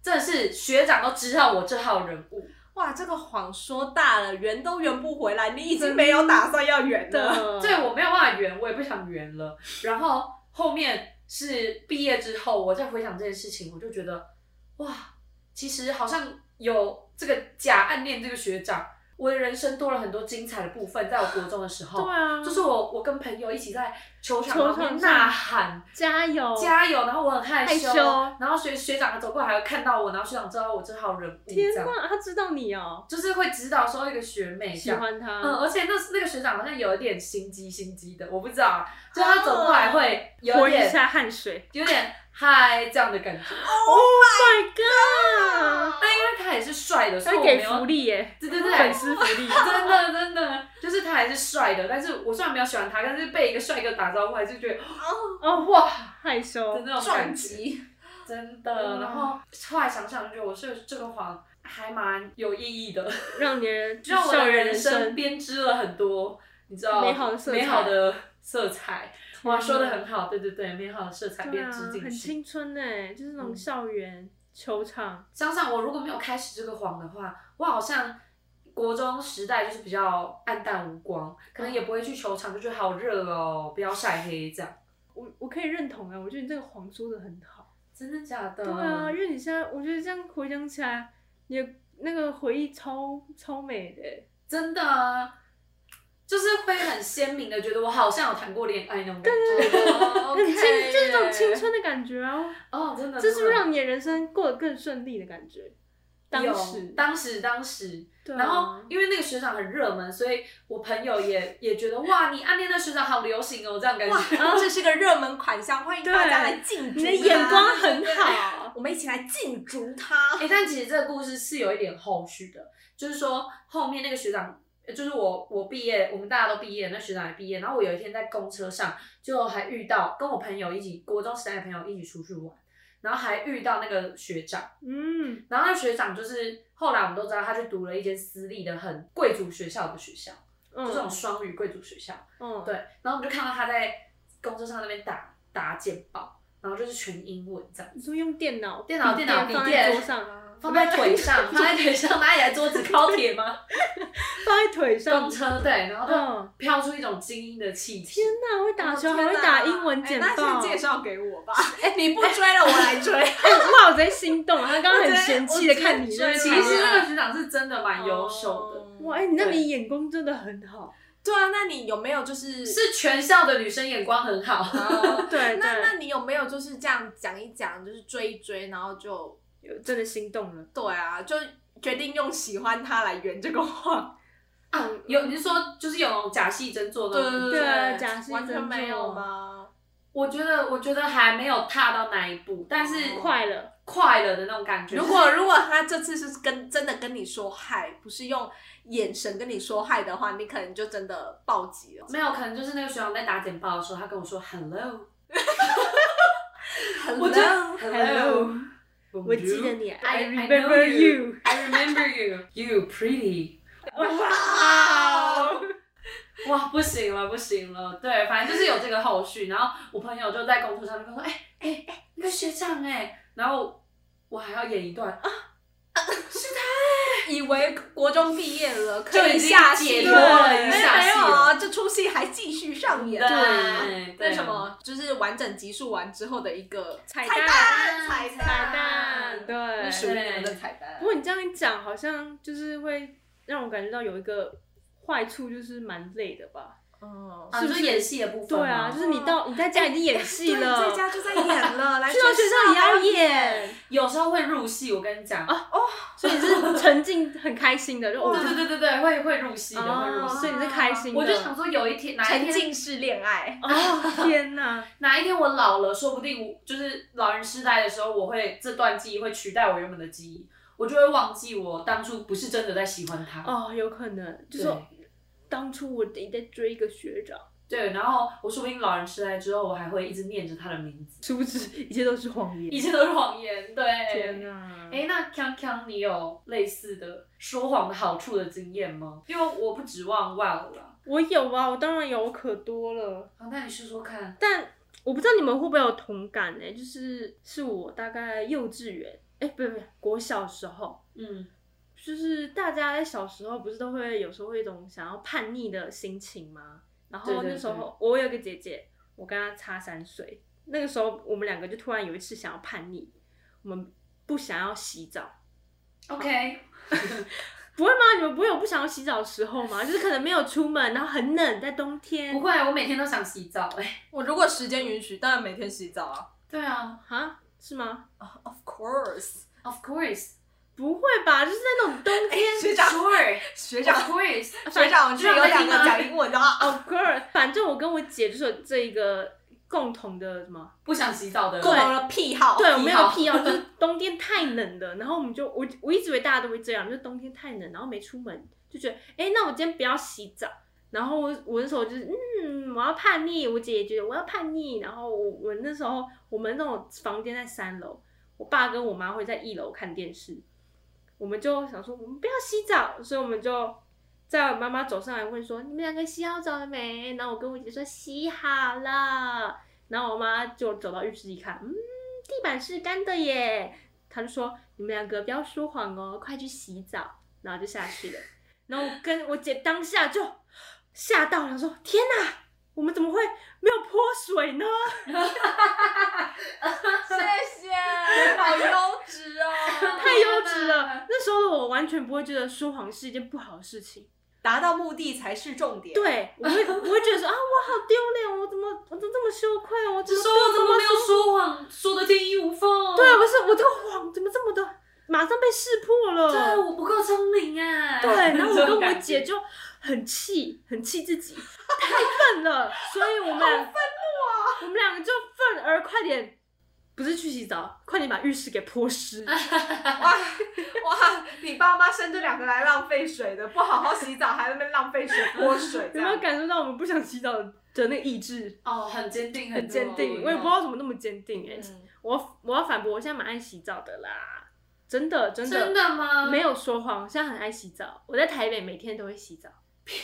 Speaker 3: 真的是学长都知道我这号人物，
Speaker 1: 哇，这个谎说大了，圆都圆不回来，你已经没有打算要圆了。
Speaker 4: 的，
Speaker 3: 对我没有办法圆，我也不想圆了。然后后面是毕业之后，我再回想这件事情，我就觉得哇，其实好像有这个假暗恋这个学长，我的人生多了很多精彩的部分。在我国中的时候，
Speaker 4: 对啊，
Speaker 3: 就是我我跟朋友一起在球场
Speaker 4: 球
Speaker 3: 旁边
Speaker 4: 场上
Speaker 3: 呐喊。
Speaker 4: 加油
Speaker 3: 加油！然后我很害羞，
Speaker 4: 害羞
Speaker 3: 然后学学长走过来还会看到我，然后学长知道我这号人物，
Speaker 4: 天
Speaker 3: 这样
Speaker 4: 哪，他知道你哦，
Speaker 3: 就是会指导说一个学妹这
Speaker 4: 喜
Speaker 3: 样。
Speaker 4: 欢他，
Speaker 3: 嗯，而且那那个学长好像有一点心机心机的，我不知道啊，就是他走过来会有
Speaker 4: 泼哦一
Speaker 3: 点
Speaker 4: 下汗水
Speaker 3: 有点嗨这样的感觉。
Speaker 4: ，My Oh God，
Speaker 3: 但因为他也是帅的，哦所以
Speaker 4: 他
Speaker 3: 我
Speaker 4: 给
Speaker 3: 没
Speaker 4: 福
Speaker 3: 有
Speaker 4: 利耶，
Speaker 3: 对对
Speaker 4: 粉
Speaker 3: 对，，
Speaker 4: 丝福 利
Speaker 3: 真的真的，就是他还是帅的，但是我虽然没有喜欢他，但是被一个帅哥打招呼还是觉得
Speaker 4: 哦，
Speaker 3: 哇
Speaker 4: 害羞
Speaker 3: 的，那种
Speaker 1: 撞
Speaker 3: 感觉，
Speaker 1: 击，
Speaker 3: 真的。
Speaker 4: 嗯
Speaker 3: 然后后来想想，就觉得我是这个谎还蛮有意义的，
Speaker 4: 让你的
Speaker 3: 让我
Speaker 4: 校
Speaker 3: 的
Speaker 4: 园
Speaker 3: 人生
Speaker 4: 生
Speaker 3: 编织了很多，你知道
Speaker 4: 美好的色彩
Speaker 3: 美好的色彩。哇，说的很好，对对对，美好的色彩
Speaker 4: 对
Speaker 3: 编
Speaker 4: 啊
Speaker 3: 织，进
Speaker 4: 很
Speaker 3: 去。
Speaker 4: 青春呢，就是那种
Speaker 3: 嗯
Speaker 4: 校园球场，
Speaker 3: 想想我如果没有开始这个谎的话，我好像国中时代就是比较暗淡无光，可能也不会去球场，就觉得好热哦，不要晒黑这样。
Speaker 4: 我我可以认同哎，我觉得你这个黄说的很好。
Speaker 3: 真的假的？
Speaker 4: 对啊，因为你现在，我觉得这样回想起来，你的那个回忆超超美的欸，
Speaker 3: 真的啊，就是会很鲜明的觉得我好像有谈过恋爱那种感觉。
Speaker 4: 很青，就是那种青
Speaker 1: 春。
Speaker 4: 春的感觉啊。
Speaker 3: 哦，真的，
Speaker 4: 这是不
Speaker 3: 真
Speaker 4: 是
Speaker 3: 的
Speaker 4: 让你的人生过得更顺利的感觉？当
Speaker 3: 有
Speaker 4: 时，
Speaker 3: 当时，当时。
Speaker 4: 对啊
Speaker 3: 然后因为那个学长很热门，所以我朋友也也觉得哇，你暗恋那学长好流行哦，这样感觉
Speaker 1: 哇。， 这是个热门款项，欢迎大家来竞逐。
Speaker 4: 你的眼光很好，
Speaker 1: 我们一起来竞逐它。
Speaker 3: 哎、但其实这个故事是有一点后续的，就是说后面那个学长，呃就是我我毕业，我们大家都毕业，那学长也毕业，然后我有一天在公车上就还遇到跟我朋友一起国中时代的朋友一起出去玩，然后还遇到那个学长，
Speaker 4: 嗯，
Speaker 3: 然后那学长就是后来我们都知道他去读了一间私立的很贵族学校的学校，就这种
Speaker 4: 嗯，
Speaker 3: 双语贵族学校，
Speaker 4: 嗯，
Speaker 3: 对，然后我们就看到他在公车上那边打打简报，然后就是全英文这样。
Speaker 4: 你说用电脑，
Speaker 3: 电脑
Speaker 4: 笔
Speaker 3: 电脑
Speaker 4: 电放
Speaker 3: 笔
Speaker 4: 在
Speaker 3: 电
Speaker 4: 桌上啊，
Speaker 3: 放在腿上，放在腿上，哪里来桌子？高铁吗？
Speaker 4: 放在腿上
Speaker 3: 公，车对，然后就
Speaker 4: 嗯
Speaker 3: 飘出一种精英的气体。
Speaker 4: 天哪，会
Speaker 3: 哦
Speaker 4: 打球还会打英文简
Speaker 1: 哎
Speaker 4: 报，
Speaker 1: 那先介绍给我吧。哎， 你不追了，我来追。
Speaker 4: 哎哇，我直接心动了，他刚刚
Speaker 1: 我
Speaker 4: 很
Speaker 1: 直接
Speaker 4: 嫌弃的看你
Speaker 1: 我直接追
Speaker 3: 其
Speaker 4: 那个场
Speaker 3: 实那个学长是真的 蛮
Speaker 1: 哦
Speaker 3: 优秀的，
Speaker 4: 哇，哎、
Speaker 1: 哎
Speaker 4: 你那
Speaker 3: 对
Speaker 4: 你眼光真的很好，
Speaker 1: 对啊，那你有没有就是
Speaker 3: 是全校的女生眼光很好。
Speaker 1: 哦
Speaker 4: 对
Speaker 1: 那
Speaker 4: 对，
Speaker 1: 那你有没有就是这样讲一讲，就是追一追，然后就
Speaker 4: 有真的心动了。
Speaker 1: 对啊，就决定用喜欢他来圆这个谎？
Speaker 3: 啊，有你是说就是有假戏真做那种？
Speaker 4: 对对假戏
Speaker 1: 完
Speaker 4: 真
Speaker 1: 全
Speaker 4: 做
Speaker 1: 没有吗？
Speaker 3: 我觉得我觉得还没有踏到那一步，但是
Speaker 4: 快了，
Speaker 3: 快乐的那种感觉。
Speaker 1: 如果如果他这次是跟真的跟你说嗨，不是用眼神跟你说嗨的话，你可能就真的暴击了。
Speaker 3: 没有，可能就是那个学长在打简报的时候，他跟我说 “hello”，
Speaker 1: 很
Speaker 3: 我就
Speaker 1: 冷
Speaker 3: “hello”，
Speaker 4: 我记得你
Speaker 3: I
Speaker 4: remember you。
Speaker 3: I remember you. You pretty.
Speaker 4: 哇，
Speaker 3: 哇，不行了，不行了。对，反正就是有这个后续。然后我朋友就在公车上就跟我说：“哎哎哎，那个学长哎、然后我还要演一段，啊、
Speaker 1: 以为国中毕业了
Speaker 3: 就
Speaker 1: 可
Speaker 3: 已
Speaker 1: 以
Speaker 3: 经
Speaker 1: 下戏
Speaker 3: 解
Speaker 4: 脱
Speaker 3: 脱
Speaker 4: 了
Speaker 3: 了，
Speaker 1: 对
Speaker 3: 已经
Speaker 1: 没
Speaker 3: 下戏
Speaker 1: 有
Speaker 3: 了。
Speaker 1: 啊，这出戏还继续上演。啊
Speaker 3: 对，
Speaker 1: 那什？么，就是完整集数完之后的一个
Speaker 4: 彩
Speaker 1: 蛋，
Speaker 4: 蛋
Speaker 1: 彩
Speaker 4: 彩蛋，
Speaker 1: 那属
Speaker 4: 对。
Speaker 1: 于你们的彩蛋
Speaker 4: 不。过你这样一讲，好像就是会让我感觉到有一个坏处，就是蛮累的吧？
Speaker 1: 嗯，
Speaker 3: 啊，你说演戏的部分
Speaker 4: 对
Speaker 3: 吗
Speaker 4: 啊，就是你到你在家已经演戏了，
Speaker 1: 对在家就在演 了，来
Speaker 4: 去到学校也
Speaker 1: 还
Speaker 4: 要演，
Speaker 3: 有时候会入戏，我跟你讲。
Speaker 4: 啊所以你是沉浸很开心的，就哦，
Speaker 3: 对对对对对，会会入戏的，会入
Speaker 4: 哦，所以
Speaker 3: 戏。
Speaker 4: 你是开心的。
Speaker 3: 我就想说，有一天哪一
Speaker 1: 沉
Speaker 3: 天
Speaker 1: 浸式恋爱。
Speaker 4: 哦，天哪！
Speaker 3: 哪一天我老了，说不定我就是老人痴呆的时候，我会这段记忆会取代我原本的记忆，我就会忘记我当初不是真的在喜欢他。
Speaker 4: 哦，有可能，就
Speaker 3: 对，
Speaker 4: 说当初我得在追一个学长，
Speaker 3: 对，然后我说不定老人痴呆之后，我还会一直念着他的名字，
Speaker 4: 殊不知一切都是谎言。
Speaker 3: 一切都是谎言。对，
Speaker 4: 天哪！
Speaker 3: 哎，那康康，你有类似的说谎的好处的经验吗？因为我不指望 wow 啦。
Speaker 4: 我有啊，我当然有，可多了。
Speaker 3: 好，那你说说看。
Speaker 4: 但我不知道你们会不会有同感欸呢、就是是我大概幼稚园，哎、不不不，国小的时候，
Speaker 3: 嗯，
Speaker 4: 就是大家在小时候不是都会有时候会有一种想要叛逆的心情吗？然
Speaker 3: 对
Speaker 4: 后
Speaker 3: 对
Speaker 4: 那时候我有一个姐姐，我跟她差三岁，那个时候我们两个就突然有一次想要叛逆，我们不想要洗澡，哦
Speaker 3: OK，
Speaker 4: 不会吗？你们不会有不想要洗澡的时候吗？就是可能没有出门，然后很冷，在冬天。
Speaker 3: 不会，啊我每天都想洗澡哎、
Speaker 1: 我如果时间允许，当然每天洗澡啊。
Speaker 3: 对啊
Speaker 4: 啊？是吗？
Speaker 1: Of course，
Speaker 3: ，Of course，
Speaker 4: 不会吧？就是那种冬天。
Speaker 1: 学长
Speaker 3: sure，
Speaker 1: 学
Speaker 3: of
Speaker 1: 长
Speaker 3: course，
Speaker 1: 学长只有两个讲英文的啊，
Speaker 4: Of course，反正我跟我姐就是有这一个共同的什么，
Speaker 3: 不想洗澡的人
Speaker 1: 共同的癖好。
Speaker 4: 对我们有
Speaker 3: 癖
Speaker 4: 癖好，就是冬天太冷了，然后我们就我我一直以为大家都会这样，就是冬天太冷，然后没出门，就觉得哎，那我今天不要洗澡。然后我我那时候就是嗯，我要叛逆，我姐也觉得我要叛逆。然后我我那时候我们那种房间在三楼，我爸跟我妈会在一楼看电视，我们就想说我们不要洗澡，所以我们就在我妈妈走上来问说你们两个洗好澡了没？然后我跟我姐说洗好了，然后我妈就走到浴室一看，嗯，地板是干的耶，她就说你们两个不要说谎哦，快去洗澡，然后就下去了。然后我跟我姐当下就吓到，想说天哪，我们怎么会没有泼水呢？
Speaker 1: 谢谢，好优质 哦，
Speaker 4: 太幼 稚了！那时候的我完全不会觉得说谎是一件不好的事情，
Speaker 1: 达到目的才是重点。，
Speaker 4: 对我会我会觉得说啊，我好丢脸，我怎么我怎么这么羞愧，我怎
Speaker 3: 就
Speaker 4: 么
Speaker 3: 说我
Speaker 4: 怎
Speaker 3: 怎么没
Speaker 4: 说
Speaker 3: 有说谎，说的天衣无缝。
Speaker 4: 对，啊不是我这个谎怎么这么的，马上被识破了。
Speaker 3: 对，啊我不够聪明哎、
Speaker 4: 对， 然后我
Speaker 3: 这种
Speaker 4: 跟我
Speaker 3: 感
Speaker 4: 姐
Speaker 3: 觉
Speaker 4: 就很气，很气自己太笨了，所以我们俩愤怒啊，我们两个就愤而快点，不是去洗澡，快点把浴室给泼湿。
Speaker 3: 哎
Speaker 1: 哇哇，你爸妈生这两个来浪费水的，不好好洗澡还在那边浪费水泼水，这
Speaker 4: 有没有
Speaker 1: 样
Speaker 4: 感受到我们不想洗澡的那个意志？
Speaker 3: 哦，很坚定，
Speaker 4: 很坚
Speaker 3: 哦
Speaker 4: 定，我也不知道怎么那么坚定哎、
Speaker 1: 嗯
Speaker 4: 我我要反驳，我现在蛮爱洗澡的啦，真的真的
Speaker 3: 真的吗？
Speaker 4: 没有说谎，我现在很爱洗澡。我在台北每天都会洗澡，
Speaker 3: 哎，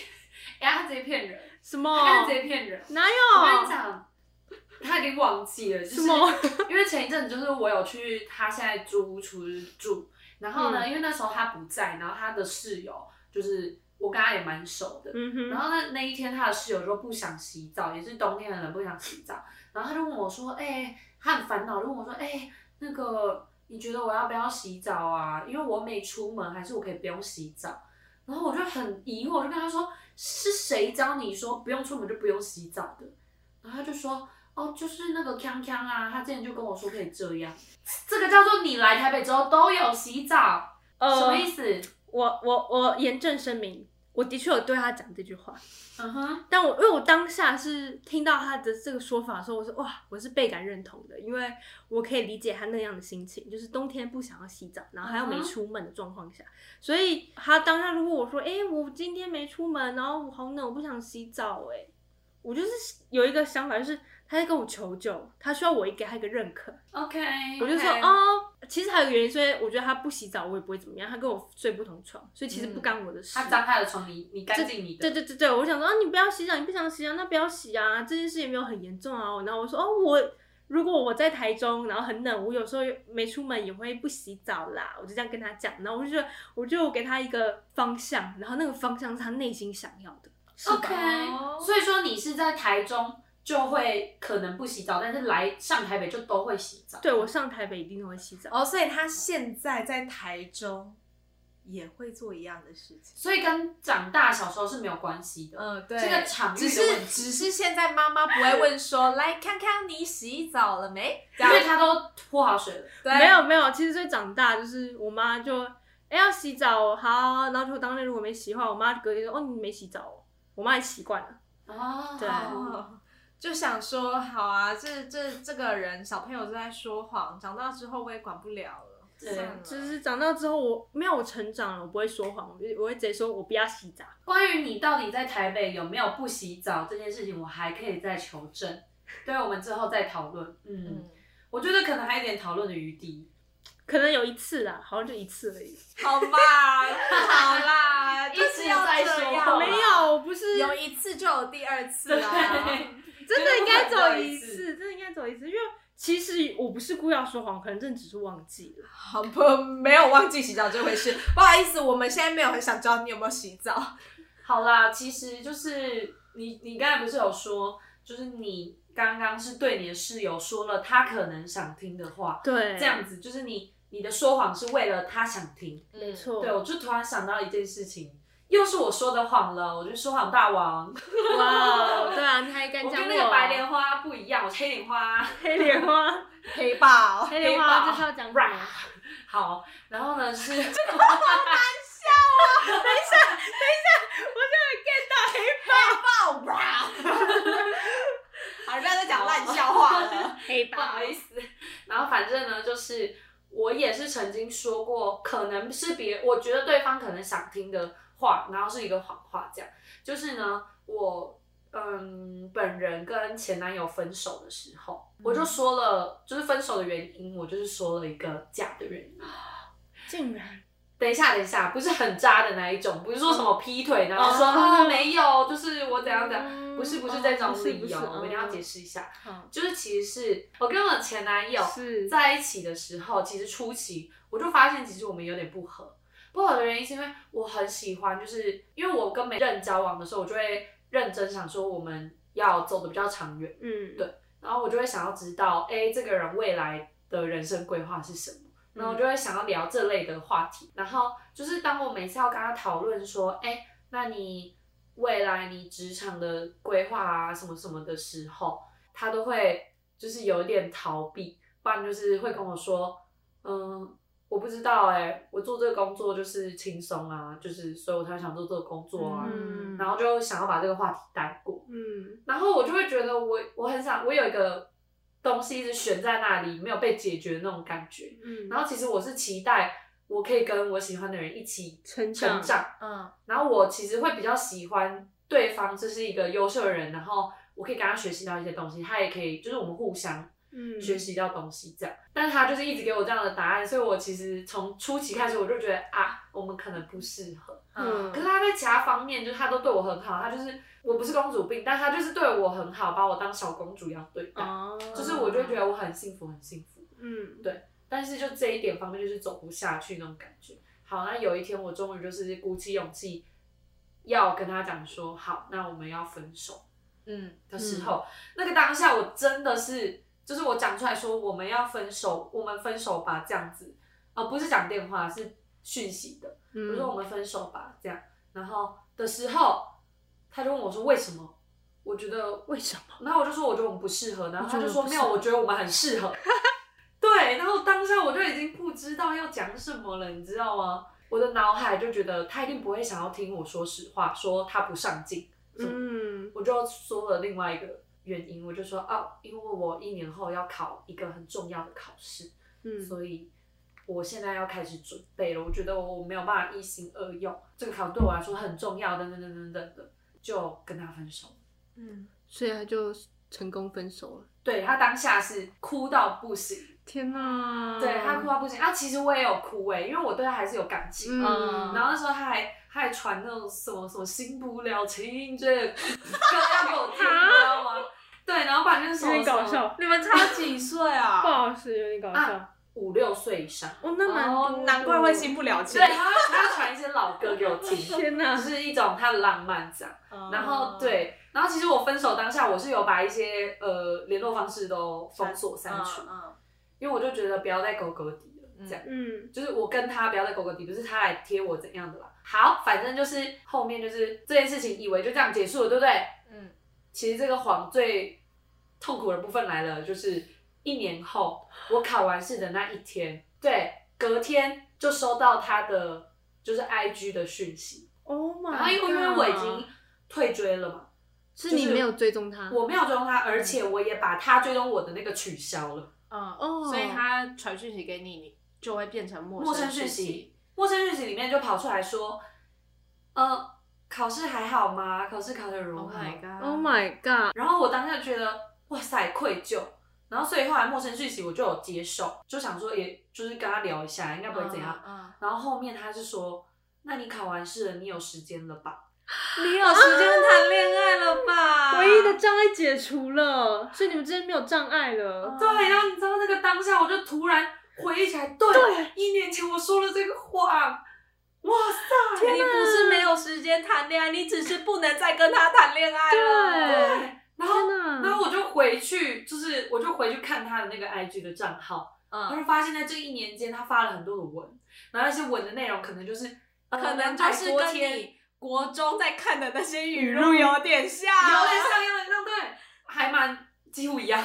Speaker 3: 他直接骗人，
Speaker 4: 什
Speaker 3: 他
Speaker 4: 么
Speaker 3: 直接骗人。
Speaker 4: 哪
Speaker 3: 我跟你
Speaker 4: 有？
Speaker 3: 讲，他已经忘记了，就是
Speaker 4: 什么？
Speaker 3: 因为前一阵子就是我有去他现在租屋处住，然后
Speaker 4: 嗯
Speaker 3: 呢，因为那时候他不在，然后他的室友就是我跟他也蛮熟的，
Speaker 4: 嗯哼，
Speaker 3: 然后那那一天，他的室友就不想洗澡，也是冬天很冷，不想洗澡。然后他就问我说：“哎、他很烦恼，就问我说：‘哎、那个你觉得我要不要洗澡啊？因为我没出门，还是我可以不用洗澡？’然后我就很疑惑，我就跟他说：‘是谁教你说不用出门就不用洗澡的？’然后他就说：‘哦，就是那个康康啊，他之前就跟我说可以这样。’这个叫做你来台北之后都有洗澡，什么
Speaker 4: 呃
Speaker 3: 意，思？
Speaker 4: 我我我严正声明，我的确有对他讲这句话，
Speaker 3: 嗯哼，
Speaker 4: 但我因为我当下是听到他的这个说法的时候，我说哇，我是倍感认同的，因为我可以理解他那样的心情，就是冬天不想要洗澡，然后还要没
Speaker 3: 嗯哼
Speaker 4: 出门的状况下，所以他当下如果我说，哎、我今天没出门，然后我好冷，我不想洗澡、哎，我就是有一个想法，就是他在跟我求救，他需要我给他一个认可，
Speaker 3: OK，
Speaker 4: 我就说
Speaker 3: OK
Speaker 4: 哦，其实还有个原因，所以我觉得他不洗澡，我也不会怎么样，他跟我睡不同床，所以其实不干我的事。
Speaker 3: 嗯他脏他的床，你你干净你的。
Speaker 4: 对对对对，我想说啊，你不要洗澡，你不想洗澡，那不要洗啊，这件事也没有很严重啊。然后我说哦，我如果我在台中，然后很冷，我有时候没出门也会不洗澡啦，我就这样跟他讲。然后我就觉得，我就给他一个方向，然后那个方向是他内心想要的，是吧
Speaker 3: OK，所以说你是在台中就会可能不洗澡，但是来上台北就都会洗澡。
Speaker 4: 对我上台北一定都会洗澡。
Speaker 1: 哦，所以他现在在台中也会做一样的事情。
Speaker 3: 所以跟长大小时候是没有关系的。
Speaker 1: 嗯，对，
Speaker 3: 这个场域
Speaker 1: 只
Speaker 3: 的
Speaker 1: 是
Speaker 3: 问
Speaker 1: 只
Speaker 3: 题，
Speaker 1: 是现在妈妈不会问说，来看看你洗澡了没？这
Speaker 3: 因为
Speaker 1: 样
Speaker 3: 他都泼好水了。
Speaker 1: 对，
Speaker 4: 没有没有，其实最长大就是我妈就哎、要洗澡哦好，然后就当天如果没洗的话，我妈隔天说哦你没洗澡哦，我妈也习惯了。
Speaker 3: 哦，
Speaker 4: 对
Speaker 1: 哦，就想说，好啊，这这这个人小朋友都在说谎，长大之后我也管不了了，
Speaker 3: 对
Speaker 1: 算了
Speaker 4: 就是长大之后我没有我成长了，我不会说谎，我就我会直接说我不要洗澡。
Speaker 3: 关于你到底在台北有没有不洗澡这件事情，我还可以再求证。对，我们之后再讨论。嗯，
Speaker 1: 嗯，
Speaker 3: 我觉得可能还有点讨论的余地。
Speaker 4: 可能有一次啦，好像就一次而已。
Speaker 1: 好吧，好 啦，就是要
Speaker 3: 一直在
Speaker 1: 这
Speaker 3: 说
Speaker 1: 样啦
Speaker 3: 好吧
Speaker 4: 哦没有，我不是
Speaker 1: 有一次就有第二次啦。
Speaker 3: 对啊
Speaker 4: 真的应该走
Speaker 3: 绝对不可能只有一
Speaker 4: 一次，真的应该走一次，因为其其实我不是故意要说谎，可能真的只是忘记了。
Speaker 1: 好不，没有忘记洗澡这回事， 不好意思，我们现在没有很想知道你有没有洗澡。
Speaker 3: 好啦，其实就是你，你刚才不是有说，就是你刚刚是对你的室友说了他可能想听的话，
Speaker 4: 对，
Speaker 3: 这样子就是你你的说谎是为了他想听。
Speaker 1: 没
Speaker 4: 没，错。
Speaker 3: 对，我就突然想到一件事情，又是我说的谎了，我就说谎大王。
Speaker 4: 哇，对啊，你还敢
Speaker 3: 我
Speaker 4: 讲
Speaker 3: 跟那个白莲花不一样，我是黑莲花。
Speaker 4: 黑莲花，
Speaker 1: 黑豹，
Speaker 4: 黑莲
Speaker 3: 黑豹
Speaker 4: 花就是要讲什么？
Speaker 3: 好，然后呢是这个
Speaker 1: 黑豹吧。好了，不要再讲烂笑话了。
Speaker 4: 黑
Speaker 3: 不好意思。然后反正呢，就是我也是曾经说过，可能是别我觉得对方可能想听的话，然后是一个谎话，这样。就是呢，我嗯，本人跟前男友分手的时候，我
Speaker 4: 嗯
Speaker 3: 就说了，就是分手的原因，我就是说了一个假的原因。
Speaker 4: 竟然
Speaker 3: 等一下，等一下，不是很渣的那一种，不是说什么劈腿，然后说、
Speaker 1: 哦
Speaker 3: 啊没有，就是我怎样怎样，
Speaker 4: 嗯
Speaker 3: 啊不是不是这种
Speaker 4: 哦不是
Speaker 3: 理
Speaker 4: 不是
Speaker 3: 由，我一定要
Speaker 4: 嗯
Speaker 3: 解释一下，
Speaker 4: 好
Speaker 3: 就是其实是我跟我前男友
Speaker 4: 是
Speaker 3: 在一起的时候，其实初期我就发现，其实我们有点不合。不合的原因是因为我很喜欢，就是因为我跟每任交往的时候，我就会认真想说我们要走的比较长远，
Speaker 4: 嗯
Speaker 3: 对然后我就会想要知道，哎，这个人未来的人生规划是什么。然后我就会想要聊这类的话题。然后就是当我每次要跟他讨论说，哎，那你未来你职场的规划啊什么什么的时候，他都会就是有一点逃避，不然就是会跟我说，嗯。我不知道哎、我做这个工作就是轻松啊，就是所以我才想做这个工作啊，
Speaker 4: 嗯
Speaker 3: 然后就想要把这个话题带过。
Speaker 4: 嗯
Speaker 3: 然后我就会觉得我我很想，我有一个东西一直悬在那里没有被解决的那种感觉。
Speaker 4: 嗯，
Speaker 3: 然后其实我是期待我可以跟我喜欢的人一起
Speaker 4: 成
Speaker 3: 成
Speaker 4: 长
Speaker 3: 长，
Speaker 1: 嗯，
Speaker 3: 然后我其实会比较喜欢对方，这是一个优秀的人，然后我可以跟他学习到一些东西，他也可以就是我们互相
Speaker 4: 嗯
Speaker 3: 学习到东西这样。但是他就是一直给我这样的答案，所以我其实从初期开始我就觉得啊，我们可能不适合。
Speaker 1: 嗯
Speaker 4: 嗯
Speaker 3: 可是他在其他方面，就是他都对我很好，他就是我不是公主病，但他就是对我很好，把我当小公主一样对待，
Speaker 4: 哦，
Speaker 3: 就是我就觉得我很幸福，很幸福。
Speaker 4: 嗯
Speaker 3: 但是就这一点方面，就是走不下去那种感觉。好，那有一天我终于就是鼓起勇气，要跟他讲说，好，那我们要分手
Speaker 1: 嗯，
Speaker 3: 的时候，那个当下我真的是，就是我讲出来说我们要分手，我们分手吧，这样子，啊、不是讲电话，是讯息的。
Speaker 4: 嗯
Speaker 3: 我说我们分手吧，这样。然后的时候，他就问我说为什么？我觉得，
Speaker 4: 为什么？
Speaker 3: 然后我就说我觉得我们不适合，然后他就说
Speaker 4: 我
Speaker 3: 没
Speaker 4: 觉
Speaker 3: 有，
Speaker 4: 得我
Speaker 3: 我觉得我们很适 合。对，然后当下我就已经不知道要讲什么了，你知道吗？我的脑海就觉得他一定不会想要听我说实话，说他不上进。
Speaker 4: 嗯
Speaker 3: 我就说了另外一个原因，我就说啊，因为我一年后要考一个很重要的考试，
Speaker 4: 嗯
Speaker 3: 所以我现在要开始准备了。我觉得我没有办法一心二用，这个考对我来说很重要，等等等等等的，就跟他分手。
Speaker 4: 嗯，所以他就成功分手了。
Speaker 3: 对他当下是哭到不行，
Speaker 4: 天哪！
Speaker 3: 对他哭到不行。啊，其实我也有哭哎、因为我对他还是有感情。
Speaker 1: 嗯
Speaker 3: 然后那时候他还他还传那种什么什么新不了情这个歌要给我听，你知道吗？对，然后反正什
Speaker 4: 有
Speaker 3: 么
Speaker 4: 点搞
Speaker 3: 什么
Speaker 4: 笑，
Speaker 1: 你们差几岁
Speaker 4: 不
Speaker 1: 啊？
Speaker 4: 好意思，有点搞笑。
Speaker 3: 五六岁以上，
Speaker 4: 哦，那蛮多
Speaker 1: 哦
Speaker 4: 的
Speaker 1: 难怪会新不了情
Speaker 3: 对，。他他传一些老歌给我 听，
Speaker 4: 天哪
Speaker 3: 就！是一种他的浪漫这样。
Speaker 1: 嗯
Speaker 3: 然后，对，然后其实我分手当下，我是有把一些呃联络方式都封锁删除，
Speaker 1: 嗯
Speaker 3: 因为我就觉得不要再勾勾底了，这样、
Speaker 4: 嗯
Speaker 3: 就是我跟他不要再勾勾底，不是他来贴我怎样的啦。好，反正就是后面就是这件事情，以为就这样结束了，对不对？
Speaker 1: 嗯，
Speaker 3: 其实这个谎最痛苦的部分来了，就是一年后我考完试的那一天，对，隔天就收到他的就是 IG 的讯息，
Speaker 4: ，Oh
Speaker 1: 哦
Speaker 4: my！
Speaker 3: 然后因为因为我已
Speaker 1: 啊
Speaker 3: 经退追了嘛。
Speaker 4: 是你没有追踪他，
Speaker 3: 我没有追踪他，而且我也把他追踪我的那个取消了。
Speaker 1: 嗯
Speaker 4: 哦
Speaker 1: 所以他传讯息给你，你就会变成陌
Speaker 3: 陌生
Speaker 1: 讯
Speaker 3: 讯息，陌生讯息里面就跑出来说，呃，考试还好吗？考试考得如
Speaker 1: Oh
Speaker 3: 何
Speaker 1: my god！
Speaker 4: Oh my god！
Speaker 3: 然后我当下觉得，哇塞，愧疚。然后所以后来陌生讯息我就有接受，就想说，也就是跟他聊一下，应该不会怎样。
Speaker 1: 嗯，
Speaker 3: 然后后面他是说，那你考完试了，你有时间了吧？
Speaker 1: 你有时间谈恋爱了吧？
Speaker 4: 啊唯一的障碍解除了，所以你们之间没有障碍了。
Speaker 1: 哦
Speaker 3: 对，然后你知道那个当下，我就突然回忆起来，对，一年前我说了这个话，哇塞！
Speaker 1: 你不是没有时间谈恋爱，你只是不能再跟他谈恋爱了。
Speaker 4: 对，
Speaker 3: 对，然后
Speaker 4: 天哪！
Speaker 3: 然后我就回去，就是我就回去看他的那个 IG 的账号，然后
Speaker 1: 嗯，
Speaker 3: 就发现在这一年间，他发了很多的文，然后那些文的内容可能就是呃
Speaker 1: 可能就是跟
Speaker 3: 天。
Speaker 1: 你国中在看的那些语录有点像。
Speaker 3: 有啊点像，有点像，对，还蛮几乎一样。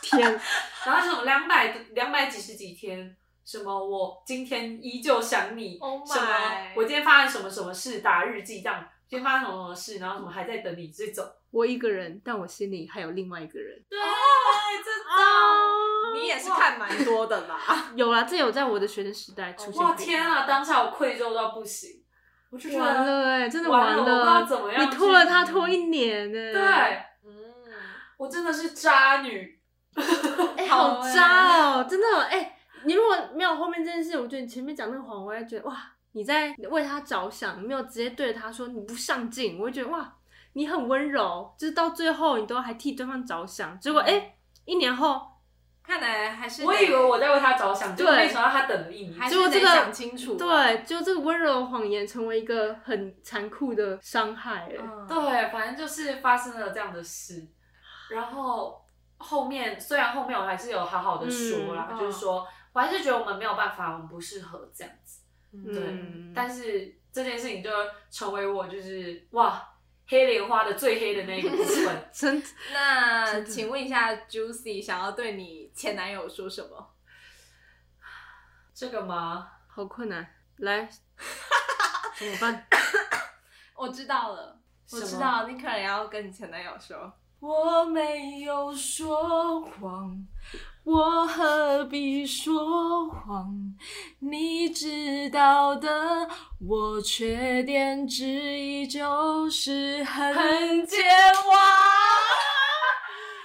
Speaker 4: 天，
Speaker 3: 然后什么两百两百几十几天，什么我今天依旧想你
Speaker 1: Oh
Speaker 3: 什么
Speaker 1: my
Speaker 3: 我今天发生什么什么事，打日记这样，今天发生什么什么事，然后什么还在等你这种，
Speaker 4: 我一个人，但我心里还有另外一个人。
Speaker 1: 对，
Speaker 3: 哎，这种，
Speaker 4: 啊，
Speaker 1: 你也是看蛮多的 啦。
Speaker 4: 有啦，这有在我的学生时代出现过。
Speaker 3: 哇天啊，当下我愧疚到不行，我就觉得
Speaker 4: 完了哎、真的
Speaker 3: 完了
Speaker 4: 了，
Speaker 3: 我不知道怎么样
Speaker 4: 你拖了
Speaker 3: 去
Speaker 4: 他拖一年哎、
Speaker 3: 对
Speaker 1: 嗯，
Speaker 3: 我真的是渣女，
Speaker 4: 哎、
Speaker 1: 好
Speaker 4: 好
Speaker 1: 欸
Speaker 4: 渣哦、真的哎、你如果没有后面这件事，我觉得你前面讲那个谎，我会觉得哇，你在为他着想，你没有直接对着他说你不上进，我会觉得哇，你很温柔，就是到最后你都还替对方着想，结果哎、
Speaker 3: 嗯
Speaker 4: 一年后，
Speaker 1: 看来还是
Speaker 3: 我以为我在为他着想，结果
Speaker 4: 对
Speaker 3: 没想到他等了一年
Speaker 1: 还。
Speaker 4: 是
Speaker 1: 是得
Speaker 4: 得想
Speaker 1: 想清楚。
Speaker 4: 对，就这个温柔的谎言成为一个很残酷的伤害、哎、
Speaker 1: 对，
Speaker 3: 对，反正就是发生了这样的事，然后后面虽然后面我还是有好好的说啦，
Speaker 1: 嗯
Speaker 3: 就是说我还是觉得我们没有办法，我们不适合这样子，对。
Speaker 4: 嗯。
Speaker 3: 但是这件事情就成为我就是哇黑莲花的最黑的那一个部 分
Speaker 4: 真
Speaker 1: 那请问一下，Juicy 想要对你前男友说什么？
Speaker 3: 这个吗？
Speaker 4: 好困难， 来，怎么办？
Speaker 1: 我知道了，
Speaker 3: 什
Speaker 1: 我
Speaker 3: 么
Speaker 1: 知道，你可能要跟你前男友说，我没有说谎，我何必说谎？你知道的，我缺点之一就是很健忘。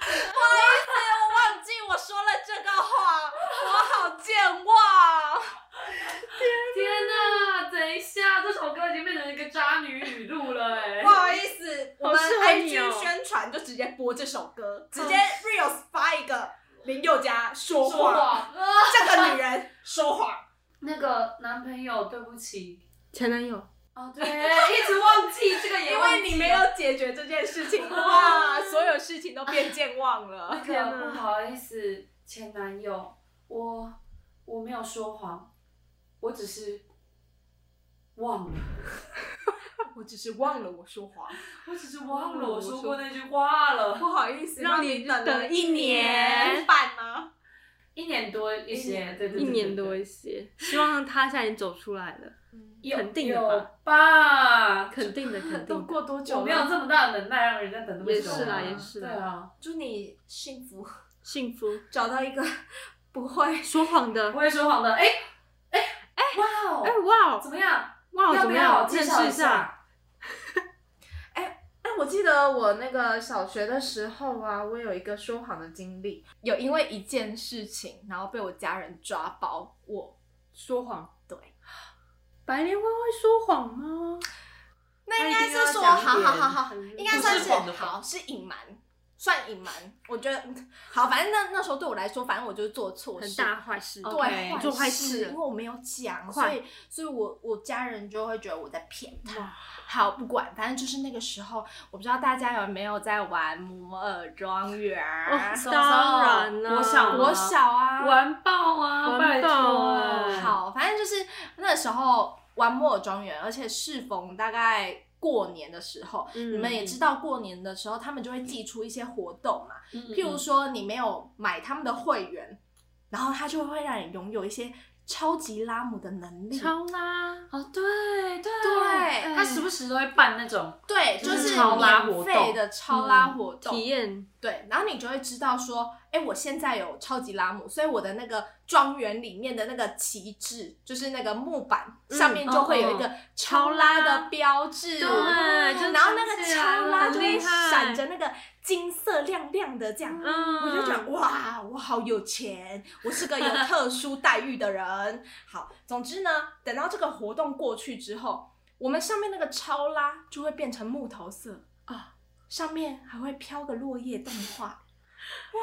Speaker 1: 不好意思，我忘记我说了这个谎，我好健忘。
Speaker 3: 天哪！等一下，这首歌已经变成一个渣女语录了哎、
Speaker 1: 不好意思，我们
Speaker 4: 好适合你哦
Speaker 1: IG 宣传就直接播这首歌，直接 reels 发一个林宥嘉说
Speaker 3: 说
Speaker 1: 谎，
Speaker 3: 谎，
Speaker 1: 这个女人说谎，
Speaker 3: 那个男朋友，对不起。
Speaker 4: 前男友，
Speaker 3: 哦，对，一直忘记这个也
Speaker 1: 因
Speaker 3: 忘记了，
Speaker 1: 为你没有解决这件事情，哇，所有事情都变健忘了。
Speaker 4: 啊天
Speaker 3: 那
Speaker 4: 哪
Speaker 3: 个不好意思，前男友，我我没有说谎，我只是 忘了，
Speaker 1: 我只是忘了我说谎，
Speaker 3: 我只是忘
Speaker 1: 了
Speaker 3: 了
Speaker 1: 我
Speaker 3: 我
Speaker 1: 说
Speaker 3: 说过那句话了。
Speaker 1: 不好意思，
Speaker 4: 让
Speaker 1: 你
Speaker 4: 你
Speaker 1: 了
Speaker 4: 等
Speaker 1: 一
Speaker 4: 一
Speaker 1: 年
Speaker 4: 年
Speaker 1: 半吗？
Speaker 3: 一年多一些，对对对
Speaker 4: 一年多
Speaker 3: 对
Speaker 4: 一些，希望他现在已经走出来了，
Speaker 1: 嗯
Speaker 3: 有
Speaker 4: 肯定的吧
Speaker 3: 有吧？
Speaker 4: 肯定 的，肯
Speaker 1: 都
Speaker 4: 定的。
Speaker 1: 过多久了？
Speaker 3: 我没有这么大的能耐让人家等那么久、
Speaker 4: 也是啦也是啦
Speaker 3: 对啊，
Speaker 1: 祝你幸福，
Speaker 4: 幸福，
Speaker 1: 找到一个不会
Speaker 4: 说谎的
Speaker 1: 哦
Speaker 3: 不，会说谎的，哎哎哎，哇
Speaker 4: 哎
Speaker 3: 哦，
Speaker 4: 哇哦
Speaker 3: 怎么样？
Speaker 4: 哇哦，
Speaker 3: 要
Speaker 4: 怎
Speaker 3: 不
Speaker 4: 么
Speaker 3: 要
Speaker 4: 样？
Speaker 3: 介
Speaker 4: 认
Speaker 3: 绍
Speaker 4: 识
Speaker 3: 一
Speaker 4: 一下，？
Speaker 1: 哎，我记得我那个小学的时候啊，我有一个说谎的经历，有因为一件事情，然后被我家人抓包我说谎。对，
Speaker 4: 白莲花会说谎吗？
Speaker 1: 那应该是说，
Speaker 3: 他
Speaker 1: 好
Speaker 3: 一定要
Speaker 1: 好好好，应该
Speaker 3: 讲一点
Speaker 1: 算
Speaker 3: 不
Speaker 1: 是
Speaker 3: 是谎的谎
Speaker 1: 好是隐瞒，算隐瞒。我觉得嗯好，反正那那时候对我来说，反正我就是做错
Speaker 4: 很
Speaker 1: 事，
Speaker 4: 大坏事，哦
Speaker 1: 对
Speaker 3: OK，
Speaker 1: 坏
Speaker 4: 做坏
Speaker 1: 事，
Speaker 4: 事
Speaker 1: 因为我没有讲，所
Speaker 4: 快
Speaker 1: 以所以我我家人就会觉得我在骗他。
Speaker 4: 哇
Speaker 1: 好，不管，反正就是那个时候，我不知道大家有没有在玩《摩尔庄园》
Speaker 4: 哦
Speaker 1: 什么
Speaker 4: 当然啦，
Speaker 3: 我想
Speaker 1: 国小啊，
Speaker 3: 完爆啊！
Speaker 4: 完爆啊
Speaker 3: 拜托
Speaker 1: 好，反正就是那时候玩《摩尔庄园》，而且适逢大概过年的时候，
Speaker 4: 嗯
Speaker 1: 你们也知道，过年的时候他们就会寄出一些活动嘛，
Speaker 3: 嗯
Speaker 1: 譬如说你没有买他们的会员，然后他就会让你拥有一些超级拉姆的能力。
Speaker 4: 超啦，
Speaker 3: 哦，对对
Speaker 1: 对
Speaker 3: 他时不时都会办那种，
Speaker 1: 对，就
Speaker 3: 就是是超拉活
Speaker 1: 免费
Speaker 3: 动
Speaker 1: 的超拉活动，
Speaker 4: 体验
Speaker 1: 对，然后你就会知道说，哎，我现在有超级拉姆，所以我的那个庄园里面的那个旗帜，就是那个木板、
Speaker 4: 嗯
Speaker 1: 上面就会有一个超拉的标志，
Speaker 4: 超拉对就
Speaker 1: 然后那个
Speaker 3: 想起来
Speaker 1: 超拉
Speaker 3: 了
Speaker 1: 就
Speaker 4: 很
Speaker 1: 会
Speaker 4: 厉害
Speaker 1: 闪着那个金色亮亮的这样。
Speaker 4: 嗯
Speaker 1: 我就觉得哇，我好有钱，我是个有特殊待遇的 人。好，总之呢，等到这个活动过去之后，我们上面那个超拉就会变成木头色
Speaker 4: 啊，
Speaker 1: 上面还会飘个落叶动画。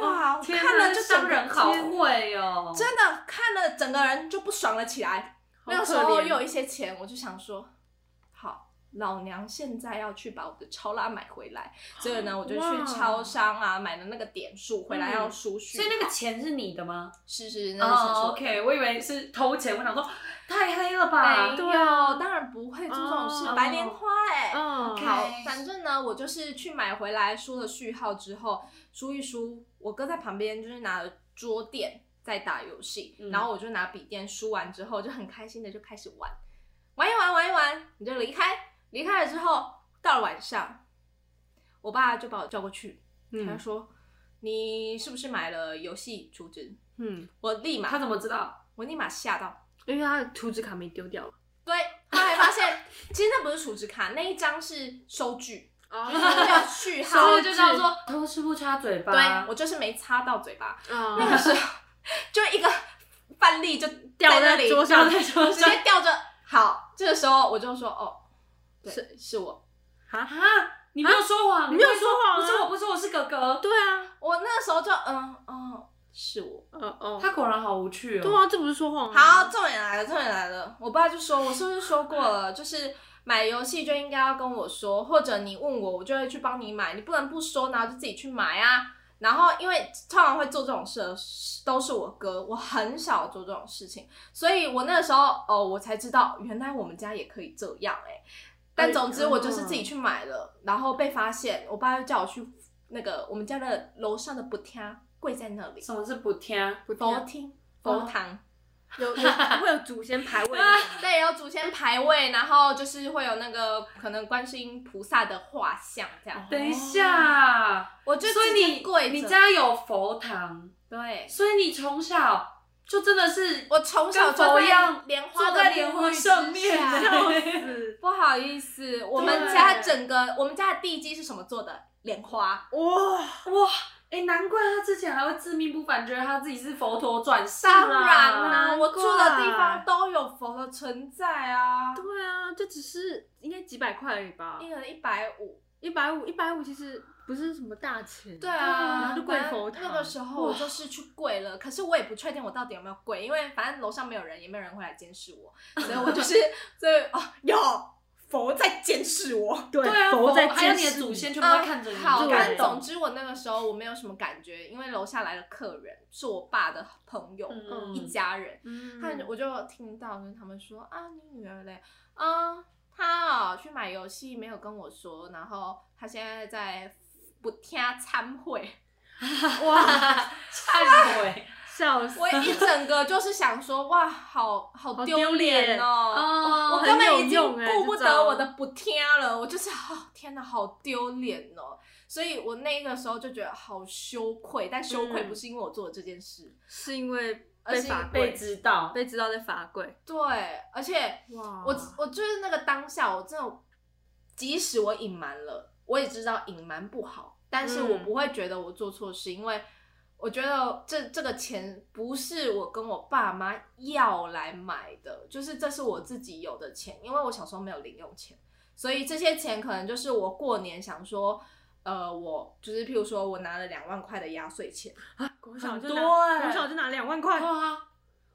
Speaker 1: 哇，我
Speaker 3: 天
Speaker 1: 嗯看
Speaker 3: 哪
Speaker 1: 了就
Speaker 3: 这商
Speaker 1: 整
Speaker 3: 人
Speaker 1: 个
Speaker 3: 好
Speaker 1: 天
Speaker 3: 会哦，
Speaker 1: 真的看了整个人就不爽了起来。
Speaker 4: 好
Speaker 1: 那个时
Speaker 4: 可
Speaker 1: 候
Speaker 4: 怜
Speaker 1: 又有一些钱，我就想说，好，老娘现在要去把我的超拉买回来。所以 呢，我就
Speaker 4: 哇嗯
Speaker 1: 去超商啊买了那个点数回来要输序、
Speaker 3: 所以那个钱是你的吗？
Speaker 1: 是是那个钱是
Speaker 3: 哦
Speaker 1: 我
Speaker 3: ，OK，我以为是偷钱，我想说太黑了
Speaker 1: 没
Speaker 3: 吧
Speaker 1: 有，，
Speaker 4: 对啊
Speaker 1: 哎当然不会做这种事，
Speaker 4: 哦
Speaker 1: 白莲花哎、
Speaker 4: 嗯
Speaker 3: OK
Speaker 1: 好，反正呢，我就是去买回来输了序号之后，输一输，我哥在旁边就是拿着桌垫在打游戏，
Speaker 3: 嗯
Speaker 1: 然后我就拿笔电输完之后就很开心的就开始玩，玩一玩玩一玩，你就离开，离开了之后到了晚上，我爸就把我叫过去，他
Speaker 4: 嗯
Speaker 1: 说你是不是买了游戏充值？
Speaker 4: 嗯，
Speaker 1: 我立
Speaker 3: 他
Speaker 1: 马
Speaker 3: 怎么知道？
Speaker 1: 我立马吓到，
Speaker 4: 因为他的图纸卡没丢掉了，
Speaker 1: 对，后来发现其实那不是储值卡，那一张是收据，
Speaker 4: 哦
Speaker 1: 就是 那个序号，
Speaker 3: 所
Speaker 1: 我
Speaker 3: 以
Speaker 1: 就
Speaker 3: 就
Speaker 1: 叫
Speaker 3: 叫
Speaker 1: 做
Speaker 3: 做偷吃不擦嘴
Speaker 1: 对嗯
Speaker 3: 巴，
Speaker 1: 我就是没插到嘴巴，那
Speaker 4: 啊
Speaker 1: 个，时候 就一个范例就
Speaker 4: 掉
Speaker 1: 在那
Speaker 4: 在
Speaker 1: 里，哦
Speaker 4: 桌上，
Speaker 1: 直
Speaker 4: 桌
Speaker 1: 接吊着。好，这个时候我就说哦，对，是是我，
Speaker 4: 啊，
Speaker 3: 啊，你没有说谎，
Speaker 4: 你没有
Speaker 3: 不会
Speaker 4: 说谎啊
Speaker 3: 不是我，不是我，是哥哥。
Speaker 4: 对啊，
Speaker 1: 我那个时候就嗯嗯是我。
Speaker 4: 哦哦，
Speaker 3: 他果然好无趣哦。
Speaker 4: 对啊，这不是说谎吗
Speaker 1: 好，，重点来了，重点来了，我爸就说我是不是说过了，就是。买游戏就应该要跟我说，或者你问我，我就会去帮你买。你不能不说，然后就自己去买啊。然后因为通常会做这种事的是都是我哥，我很少做这种事情，所以我那个时候哦，我才知道原来我们家也可以这样哎、但总之我就是自己去买了，然后被发现，我爸就叫我去那个我们家的楼上的不厅跪在那里，
Speaker 3: 什么是不听？
Speaker 4: 不
Speaker 1: 佛
Speaker 4: 听
Speaker 1: 厅佛堂。
Speaker 4: 有有会有祖先牌位那种，
Speaker 1: 对，有祖先牌位，然后就是会有那个可能观世音菩萨的画像这样。
Speaker 3: 等一下，
Speaker 1: 我就
Speaker 3: 哦所
Speaker 1: 直
Speaker 3: 以
Speaker 1: 接跪
Speaker 3: 你
Speaker 1: 着
Speaker 3: 你家有佛堂，
Speaker 1: 对，
Speaker 3: 所以你从小就真的是
Speaker 1: 我从小
Speaker 3: 跟
Speaker 1: 就
Speaker 3: 佛一
Speaker 1: 一
Speaker 3: 样
Speaker 1: 样，莲花
Speaker 3: 坐
Speaker 1: 的
Speaker 3: 在莲
Speaker 1: 沐
Speaker 3: 花
Speaker 1: 浴
Speaker 3: 上
Speaker 1: 之
Speaker 3: 面
Speaker 1: 下
Speaker 3: 的。
Speaker 1: 不好意思，我们
Speaker 3: 对
Speaker 1: 家整个我们家的地基是什么做的？莲花。
Speaker 4: 哇，
Speaker 3: 哇，哎，难怪他之前还会自命不凡，觉得他自己是佛陀转世啊
Speaker 1: 当然啦、
Speaker 4: 难
Speaker 1: 我住的地
Speaker 4: 怪
Speaker 1: 方都有佛的存在啊。
Speaker 4: 对啊，这只是应该几百块而已吧，
Speaker 1: 一个人一百五。
Speaker 4: 一百五，一百五其实不是什么大钱，
Speaker 1: 对啊，
Speaker 4: 就跪
Speaker 1: 反正
Speaker 4: 佛堂
Speaker 1: 那个时候我就是去跪了，可是我也不确定我到底有没有跪，因为反正楼上没有人，也没有人会来监视我，所以我就是，所以哦，有佛在监视我。
Speaker 4: 对
Speaker 3: 对啊，佛
Speaker 4: 佛在
Speaker 3: 还有
Speaker 4: 监
Speaker 3: 你的
Speaker 4: 视
Speaker 3: 祖
Speaker 4: 你
Speaker 3: 先全部
Speaker 1: 啊
Speaker 3: 都看着你。
Speaker 1: 好，
Speaker 4: 对
Speaker 1: 反正
Speaker 4: 看
Speaker 1: 总之我那个时候我没有什么感觉，因为楼下来的客人是我爸的朋友，
Speaker 3: 嗯
Speaker 1: 一家人，
Speaker 4: 嗯
Speaker 1: 他我就听到跟他们说啊，你女儿嘞，嗯，她啊、去买游戏没有跟我说，然后她现在在不听参会。
Speaker 4: 哇，
Speaker 3: 忏悔。
Speaker 4: 笑死，
Speaker 1: 我一整个就是想说，哇，好好
Speaker 4: 好
Speaker 1: 丢
Speaker 4: 丢脸
Speaker 1: 脸哦！
Speaker 3: 哦
Speaker 1: 我根
Speaker 4: 很有
Speaker 1: 本已经
Speaker 4: 用欸
Speaker 1: 顾不
Speaker 4: 这招
Speaker 1: 得我的不听了，我就是，哦，天哪，好丢脸哦！所以我那个时候就觉得好羞愧，但羞愧
Speaker 4: 嗯
Speaker 1: 不是因为我做了这件事，
Speaker 4: 是因为
Speaker 1: 而
Speaker 4: 被
Speaker 1: 是
Speaker 4: 罚
Speaker 3: 被
Speaker 4: 跪，
Speaker 3: 知道，
Speaker 4: 被知道在罚跪，
Speaker 1: 对，而且
Speaker 4: 哇
Speaker 1: 我我就是那个当下，我真的，即使我隐瞒了，我也知道隐瞒不好，但是我
Speaker 4: 嗯
Speaker 1: 不会觉得我做错事，因为我觉得这这个钱不是我跟我爸妈要来买的，就是这是我自己有的钱，因为我小时候没有零用钱，所以这些钱可能就是我过年想说。呃，我就是譬如说，我拿了两万块的压岁钱，
Speaker 4: 国小就
Speaker 3: 很
Speaker 4: 拿
Speaker 3: 多欸
Speaker 4: 国小就拿两万块，
Speaker 3: 对啊，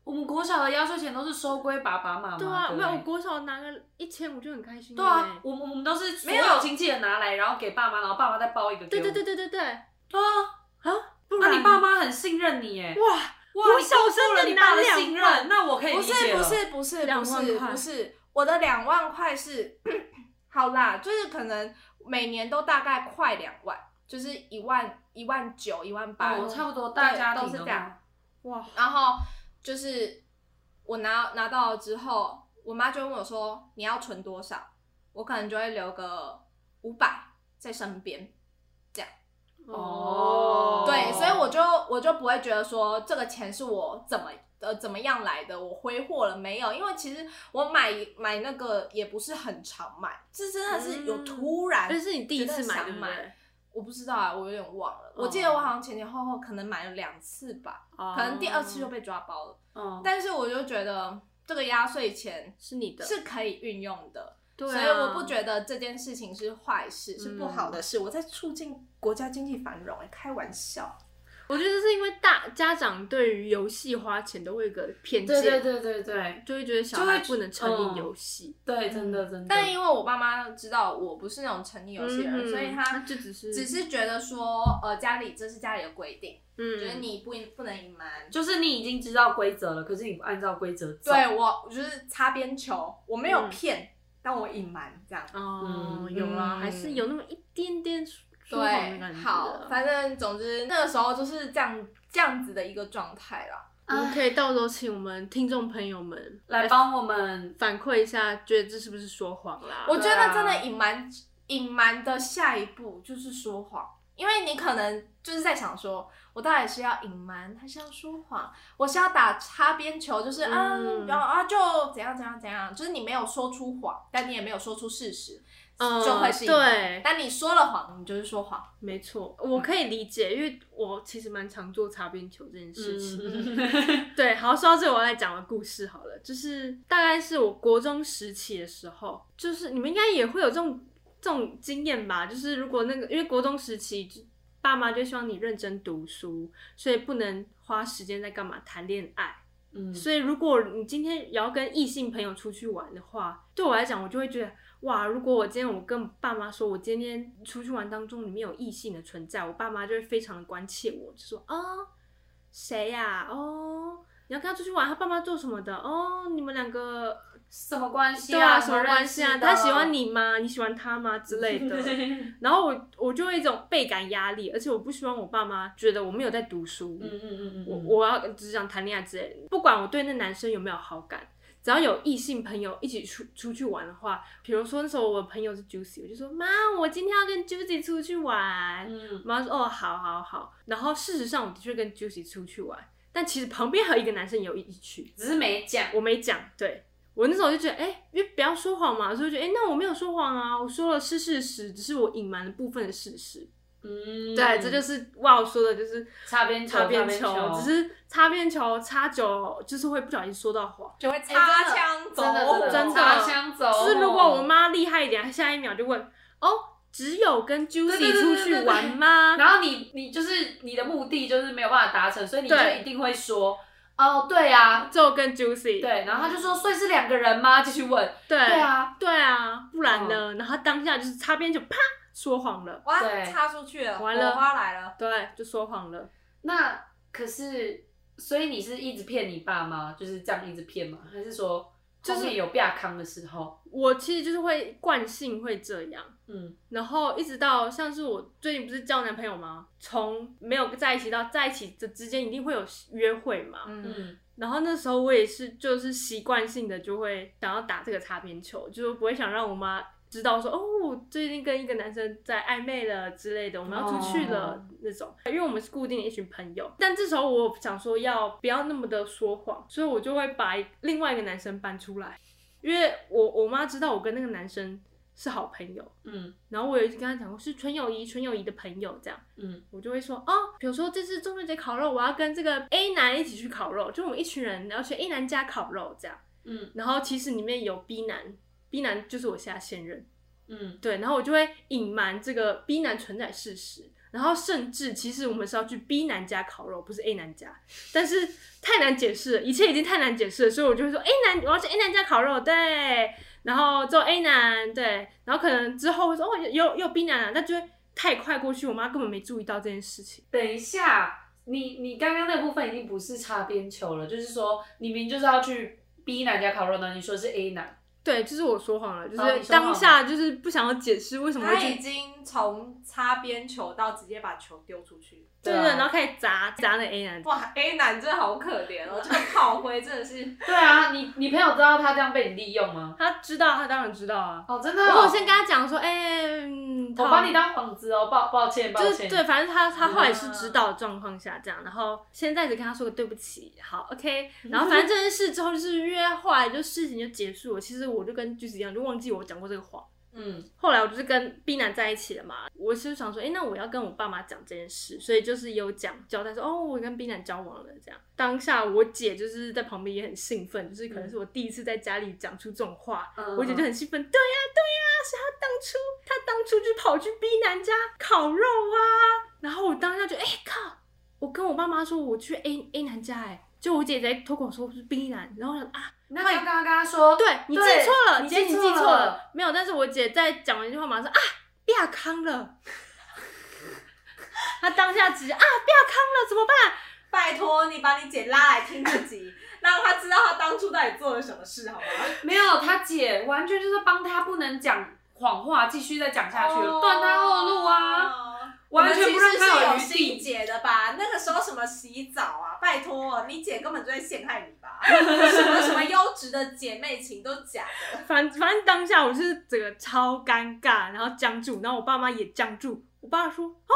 Speaker 3: 我们国小的压岁钱都是收归爸爸妈妈。
Speaker 4: 对啊，
Speaker 3: 不
Speaker 4: 没有我国小拿个一千五就很开心了
Speaker 3: 对啊
Speaker 4: 欸，，
Speaker 3: 我们我们都是所
Speaker 1: 没有
Speaker 3: 有亲戚的拿来，然后给爸妈，然后爸妈再包一个给
Speaker 4: 对
Speaker 3: 我
Speaker 4: 对对对对对，
Speaker 3: 对啊，
Speaker 4: 啊，不
Speaker 3: 那
Speaker 4: 然
Speaker 3: 你爸妈很信任你耶，
Speaker 4: 哇，
Speaker 3: 哇，
Speaker 4: 我
Speaker 3: 你
Speaker 4: 小
Speaker 3: 辜负
Speaker 4: 声
Speaker 3: 了
Speaker 4: 的
Speaker 3: 你
Speaker 4: 拿
Speaker 3: 爸的
Speaker 4: 两
Speaker 3: 信
Speaker 4: 万
Speaker 3: 任，那我可以
Speaker 1: 不
Speaker 3: 理
Speaker 1: 是
Speaker 3: 解
Speaker 1: 不
Speaker 3: 了。
Speaker 1: 是不是
Speaker 4: 两
Speaker 1: 不
Speaker 4: 万
Speaker 1: 是
Speaker 4: 块
Speaker 1: 不是，我的两万块是，好啦，就是可能每年都大概快两万，就是一万一万九一万八，
Speaker 3: 哦，差不多大家
Speaker 1: 对都是这样。
Speaker 4: 哇，
Speaker 1: 然后就是我拿拿到了之后，我妈就问我说你要存多少，我可能就会留个五百在身边，
Speaker 3: 哦
Speaker 1: 对，所以我就我就不会觉得说这个钱是我怎么呃怎么样来的，我挥霍了没有？因为其实我买买那个也不是很常买，这真的是有
Speaker 4: 嗯
Speaker 1: 突然，
Speaker 4: 这是你第一次买
Speaker 1: 想
Speaker 4: 对不
Speaker 1: 买
Speaker 4: 对？
Speaker 1: 我不知道啊，我有点忘了。我记得我好像前前后后可能买了两次吧，
Speaker 4: 可
Speaker 1: 可能第二次就被抓包了。
Speaker 3: 嗯，
Speaker 1: 但是我就觉得这个压岁钱
Speaker 4: 是你的，
Speaker 1: 是可以运用的，
Speaker 4: 对啊
Speaker 1: 所以我不觉得这件事情是坏事，是不好的事。我在促进国家经济繁荣、哎，开玩笑。
Speaker 4: 我觉得是因为大家长对于游戏花钱都会有一个偏见，
Speaker 3: 对对对对对
Speaker 4: 就会觉得小
Speaker 3: 就会
Speaker 4: 孩不能沉
Speaker 3: 嗯
Speaker 4: 溺游戏。
Speaker 3: 对，真的真的。
Speaker 1: 但因为我爸妈知道我不是那种沉溺游戏的人，
Speaker 4: 嗯
Speaker 1: 所以他
Speaker 4: 就只是
Speaker 1: 只是觉得说，呃，家里这是家里的规定，
Speaker 4: 嗯，
Speaker 1: 觉得你不不能隐瞒。
Speaker 3: 就是你已经知道规则了，可是你不按照规则走。
Speaker 1: 对我我就是擦边球，我没有
Speaker 4: 嗯
Speaker 1: 骗，但我隐瞒这样。
Speaker 4: 哦，
Speaker 3: 嗯
Speaker 4: 有啦，
Speaker 1: 嗯
Speaker 4: 还是有那么一点点舒舒服的感
Speaker 1: 对，
Speaker 4: 觉。啊
Speaker 1: 好，反正总之那个时候就是这样这样子的一个状态啦。
Speaker 4: 我们可以到时候请我们听众朋友们
Speaker 3: 来帮我们，
Speaker 4: 反馈一下，觉得这是不是说谎啦？
Speaker 1: 我觉
Speaker 3: 对啊
Speaker 1: 得真的隐瞒隐瞒的下一步就是说谎，因为你可能就是在想说，我到底是要隐瞒还是要说谎？我是要打擦边球，就是啊，
Speaker 4: 嗯
Speaker 1: 然后啊就怎样怎样怎样，就是你没有说出谎，但你也没有说出事实，
Speaker 4: 嗯
Speaker 1: 就会是隐瞒
Speaker 4: 对
Speaker 1: 但你说了谎，你就是说谎。
Speaker 4: 没错，我可以理解，因为我其实蛮常做擦边球这件事情。
Speaker 3: 嗯，
Speaker 4: 对，好，说到这个，我来讲个故事好了，就是大概是我国中时期的时候，就是你们应该也会有这种这种经验吧？就是如果那个，因为国中时期就爸妈就希望你认真读书，所以不能花时间在干嘛谈恋爱。
Speaker 3: 嗯
Speaker 4: 所以如果你今天也要跟异性朋友出去玩的话，对我来讲，我就会觉得哇，如果我今天我跟爸妈说，我今天出去玩当中里面有异性的存在，我爸妈就会非常的关切我，就说哦，谁呀、哦，你要跟他出去玩，他爸妈做什么的？哦，你们两个
Speaker 3: 什么关系
Speaker 4: 对啊，什
Speaker 3: 什
Speaker 4: 么
Speaker 3: 么
Speaker 4: 关系啊？他喜欢你吗？你喜欢他吗？之类 的。
Speaker 3: 嗯
Speaker 4: 然后我我就会一种倍感压力，而且我不希望我爸妈觉得我没有在读书。
Speaker 3: 嗯嗯嗯，
Speaker 4: 我我要只想谈恋爱之类的，不管我对那男生有没有好感，只要有异性朋友一起出出去玩的话，比如说那时候我朋友是 Juicy，我就说妈，我今天要跟 Juicy 出去玩。
Speaker 3: 嗯
Speaker 4: 妈说哦，好好好。然后事实上我的确跟 Juicy 出去玩，但其实旁边还有一个男生也有一起去，
Speaker 3: 只是没讲，
Speaker 4: 我没讲。对我那时候就觉得，哎、因为不要说谎嘛，所以我就觉得，哎、那我没有说谎啊，我说了是事实，只是我隐瞒了部分的事实。
Speaker 3: 嗯，
Speaker 4: 对，这就是哇，我说的就是
Speaker 3: 擦边球
Speaker 4: 擦边
Speaker 3: 擦边球
Speaker 4: 只是擦边球擦久，就是会不小心说到谎。
Speaker 1: 就会
Speaker 3: 哎真
Speaker 1: 擦
Speaker 3: 的
Speaker 1: 枪走
Speaker 3: 真的
Speaker 1: 火，
Speaker 4: 真的
Speaker 3: 擦枪走火，
Speaker 4: 就是如果我妈厉害一点，她下一秒就问哦，只有跟
Speaker 3: 对
Speaker 4: Juicy
Speaker 3: 对
Speaker 4: 出
Speaker 3: 对
Speaker 4: 去玩吗？
Speaker 3: 然后你你就是你的目的就是没有办法达成，所以你就
Speaker 4: 对
Speaker 3: 一定会说哦，对啊，
Speaker 4: 只有跟 Juicy。
Speaker 3: 对，然后他就说，所以是两个人吗？继续问，
Speaker 4: 对
Speaker 3: 对啊，嗯
Speaker 4: 对啊，不然呢？然后她当下就是擦边球，啪说谎了，
Speaker 1: 哇，
Speaker 3: 对
Speaker 1: 插出去了，
Speaker 4: 完了
Speaker 1: 火花来了。
Speaker 4: 对，就说谎了。
Speaker 3: 那可是，所以你是一直骗你爸妈，就是这样一直骗吗？还是说，
Speaker 4: 就是
Speaker 3: 后面有亚康的时候，
Speaker 4: 我其实就是会惯性会这样。
Speaker 3: 嗯，
Speaker 4: 然后一直到像是我最近不是交男朋友吗？从没有在一起到在一起这之间，一定会有约会嘛。
Speaker 1: 嗯，
Speaker 3: 嗯，
Speaker 4: 然后那时候我也是，就是习惯性的就会想要打这个擦边球，就是不会想让我妈知道说哦，我最近跟一个男生在暧昧了之类的，我们要出去了、
Speaker 3: 哦
Speaker 4: 那种。因为我们是固定的一群朋友，但这时候我想说要不要那么的说谎，所以我就会把另外一个男生搬出来，因为我我妈知道我跟那个男生是好朋友，
Speaker 3: 嗯
Speaker 4: 然后我有一次跟她讲过是纯友谊，纯友谊的朋友这样。
Speaker 3: 嗯
Speaker 4: 我就会说哦，比如说这次中秋节烤肉，我要跟这个 A 男一起去烤肉，就我们一群人然后去 A 男家烤肉这样。
Speaker 3: 嗯
Speaker 4: 然后其实里面有 B 男，B 男就是我现在现任，
Speaker 3: 嗯
Speaker 4: 对，然后我就会隐瞒这个 B 男存在事实，然后甚至其实我们是要去 B 男家烤肉，不是 A 男家，但是太难解释了，一切已经太难解释了，所以我就会说 A 男，我要去 A 男家烤肉，对，然后之后 A 男，对，然后可能之后会说哦有有有 B 男啊，但就会太快过去，我妈根本没注意到这件事情。
Speaker 3: 等一下，你你刚刚那部分已经不是擦边球了，就是说，你明明就是要去 B 男家烤肉呢，你说是 A 男，
Speaker 4: 对，就是我说谎了，就
Speaker 3: 哦你
Speaker 4: 是
Speaker 3: 说谎
Speaker 4: 当下就是不想要解释为什么
Speaker 1: 他
Speaker 4: 会
Speaker 1: 已
Speaker 4: 去，
Speaker 1: 经从擦边球到直接把球丢出去。
Speaker 4: 对
Speaker 3: 啊
Speaker 4: 对，然后开始砸砸那 A 男，
Speaker 1: 哇，A 男真的好可怜哦，这个炮灰真的是。
Speaker 3: 对啊，你你朋友知道他这样被你利用吗？
Speaker 4: 他知道，他当然知道啊。
Speaker 3: 哦，真的
Speaker 4: 我
Speaker 3: 哦、
Speaker 4: 有先跟他讲说，哎、嗯
Speaker 3: 我帮你，当幌子哦，抱抱歉
Speaker 4: 他就
Speaker 3: 抱
Speaker 4: 是
Speaker 3: 歉，
Speaker 4: 对，反正他他
Speaker 3: 嗯
Speaker 4: 后来是知道的状况下这样，然后现在只跟他说个对不起，好，OK，然后反正这件事之后就是约，后来就事情就结束了。其实我就跟句子一样，就忘记我讲过这个谎，
Speaker 3: 嗯，
Speaker 4: 后来我就是跟 B 男在一起了嘛，我是想说，哎、那我要跟我爸妈讲这件事，所以就是有讲交代说，哦，我跟 B 男交往了这样。当下我姐就是在旁边也很兴奋，就是可能是我第一次在家里讲出这种话，
Speaker 3: 嗯
Speaker 4: 我姐就很兴奋，对呀、啊对呀、是他当初他当初就跑去 B 男家烤肉啊，然后我当下就，哎、靠，我跟我爸妈说我去 A A 男家、哎，就我姐在脱口说是 B 男，然后我想啊。
Speaker 3: 那刚刚跟他说，
Speaker 4: 哦对你记错了，
Speaker 3: 你
Speaker 4: 姐你
Speaker 3: 记
Speaker 4: 记
Speaker 3: 错
Speaker 4: 错
Speaker 3: 了
Speaker 4: 了，没有。但是我姐在讲完一句话，马上说啊，亚康了。她当下直接啊，亚康了，怎么办？
Speaker 1: 拜托你把你姐拉来听自己，让她知道她当初到底做了什么事，好吗？
Speaker 3: 没有，他姐完全就是帮他不能讲谎话，继续再讲下去，
Speaker 1: 哦
Speaker 3: 断他后路啊，完全不让他
Speaker 1: 有
Speaker 3: 余
Speaker 1: 细
Speaker 3: 地。
Speaker 1: 节的吧？那个时候什么洗澡啊，拜托，你姐根本就在陷害你吧？什么什么优质的姐妹情都假的，
Speaker 4: 反反正当下我就是整个超尴尬，然后僵住，然后我爸妈也僵住。我爸说啊，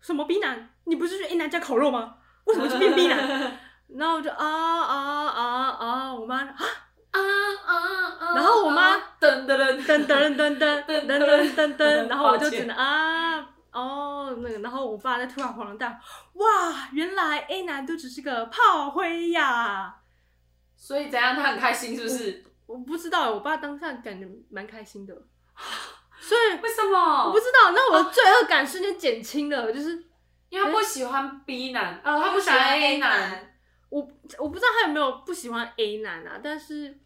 Speaker 4: 什么 B 男？你不是去 A 男家烤肉吗？为什么啊去变 B 男？ 然后我就啊啊啊啊！我妈啊，
Speaker 3: 啊啊啊！
Speaker 4: 然后我妈
Speaker 3: 噔噔噔
Speaker 4: 噔噔噔噔噔噔噔噔，然后我就只能啊哦那个，然后我爸在突然恍然大悟，哇，原来 A 男都只是个炮灰呀！
Speaker 3: 所以怎样？他很开心是不是？
Speaker 4: 我不知道，我爸当下感觉蛮开心的， 所以
Speaker 3: 为什么？
Speaker 4: 嗯我不知道，那我的罪恶感瞬间减轻了，就是
Speaker 3: 因为
Speaker 4: 哎
Speaker 3: 他不喜欢 B 男，呃，他不
Speaker 1: 不
Speaker 3: 喜欢 A 男，，
Speaker 4: 我我不知道他有没有不喜欢 A 男啊，但是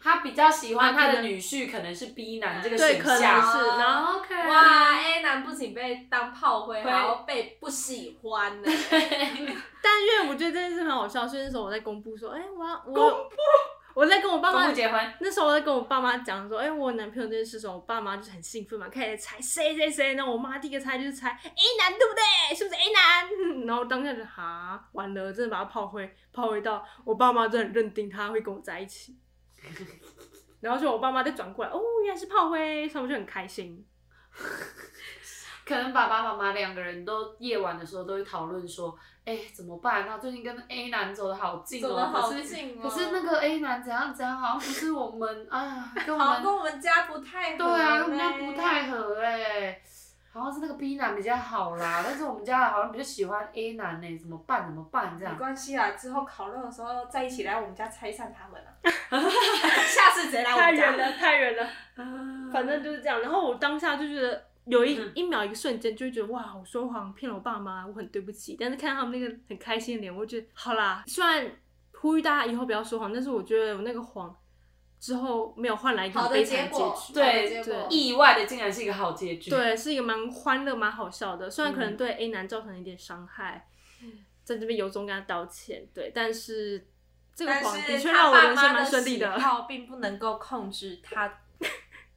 Speaker 3: 他比较喜欢他
Speaker 4: 他
Speaker 3: 的
Speaker 4: 可能
Speaker 3: 女婿可能是 B 男这个
Speaker 4: 对
Speaker 3: 选
Speaker 4: 可能
Speaker 3: 项。
Speaker 4: 是，然后
Speaker 3: OK，
Speaker 1: 哇，A 男不仅被当炮灰，
Speaker 3: 灰
Speaker 1: 还要被不喜欢呢、
Speaker 4: 但因为我觉得这件事很好笑，所以那时候我在公布说，哎、我要我我在跟我爸
Speaker 3: 公
Speaker 4: 妈
Speaker 3: 布结婚，
Speaker 4: 那时候我在跟我爸妈讲说，哎、我有男朋友这件事的时候，我爸妈就是很兴奋嘛，开始猜谁谁谁。那我妈第一个猜就是猜 A 男，对不对？是不是 A 男？ 然后当下就哈，完了，真的把他炮灰，炮灰到我爸妈真的很认定他会跟我在一起。然后就我爸妈再转过来，哦，原来是炮灰，所以我就很开心。
Speaker 3: 可能爸爸妈妈两个人都夜晚的时候都会讨论说，哎、怎么办？那最近跟 A 男走的好近
Speaker 1: 走得
Speaker 3: 哦，
Speaker 1: 好
Speaker 3: 可是
Speaker 1: 近哦
Speaker 3: 可是那个 A 男怎样怎样，好像不是我们 啊，跟我
Speaker 1: 好像跟
Speaker 3: 们
Speaker 1: 我们家不太合
Speaker 3: 对
Speaker 1: 呢
Speaker 3: 啊，跟我们家不太合哎、好像是那个 B 男比较好 啦，但是我们家好像比较喜欢 A 男呢、怎么办？怎么办？这
Speaker 1: 没
Speaker 3: 样。
Speaker 1: 关系啦，之后烤肉的时候再一起来我们家拆散他 们啊！下次谁来我
Speaker 4: 太
Speaker 1: 们家？
Speaker 4: 远 了，太远了。反正就是这样。然后我当下就觉得有
Speaker 1: 嗯
Speaker 4: 一、一秒一个瞬间，就会觉得哇，我说谎骗了我爸妈，我很对不起。但是看到他们那个很开心的脸，我就觉得好啦。虽然呼吁大家以后不要说谎，但是我觉得我那个谎之后没有换来一个
Speaker 1: 好
Speaker 4: 很
Speaker 1: 的
Speaker 4: 悲惨
Speaker 1: 结
Speaker 4: 的
Speaker 1: 果，
Speaker 4: 结局。
Speaker 1: 好的
Speaker 3: 对
Speaker 1: 结
Speaker 4: 对
Speaker 1: 果
Speaker 3: 意外的竟然是一个好结局。，
Speaker 4: 对，是一个蛮欢乐、蛮好笑的，虽然可
Speaker 1: 嗯
Speaker 4: 能对 A 男造成一点伤害，在这边由衷跟他道歉。对，但是这个
Speaker 1: 但
Speaker 4: 谎的
Speaker 1: 是
Speaker 4: 确
Speaker 1: 他
Speaker 4: 让我
Speaker 1: 爸
Speaker 4: 人生
Speaker 1: 妈
Speaker 4: 蛮顺利
Speaker 1: 喜
Speaker 4: 的。
Speaker 1: 好并不能够控制他，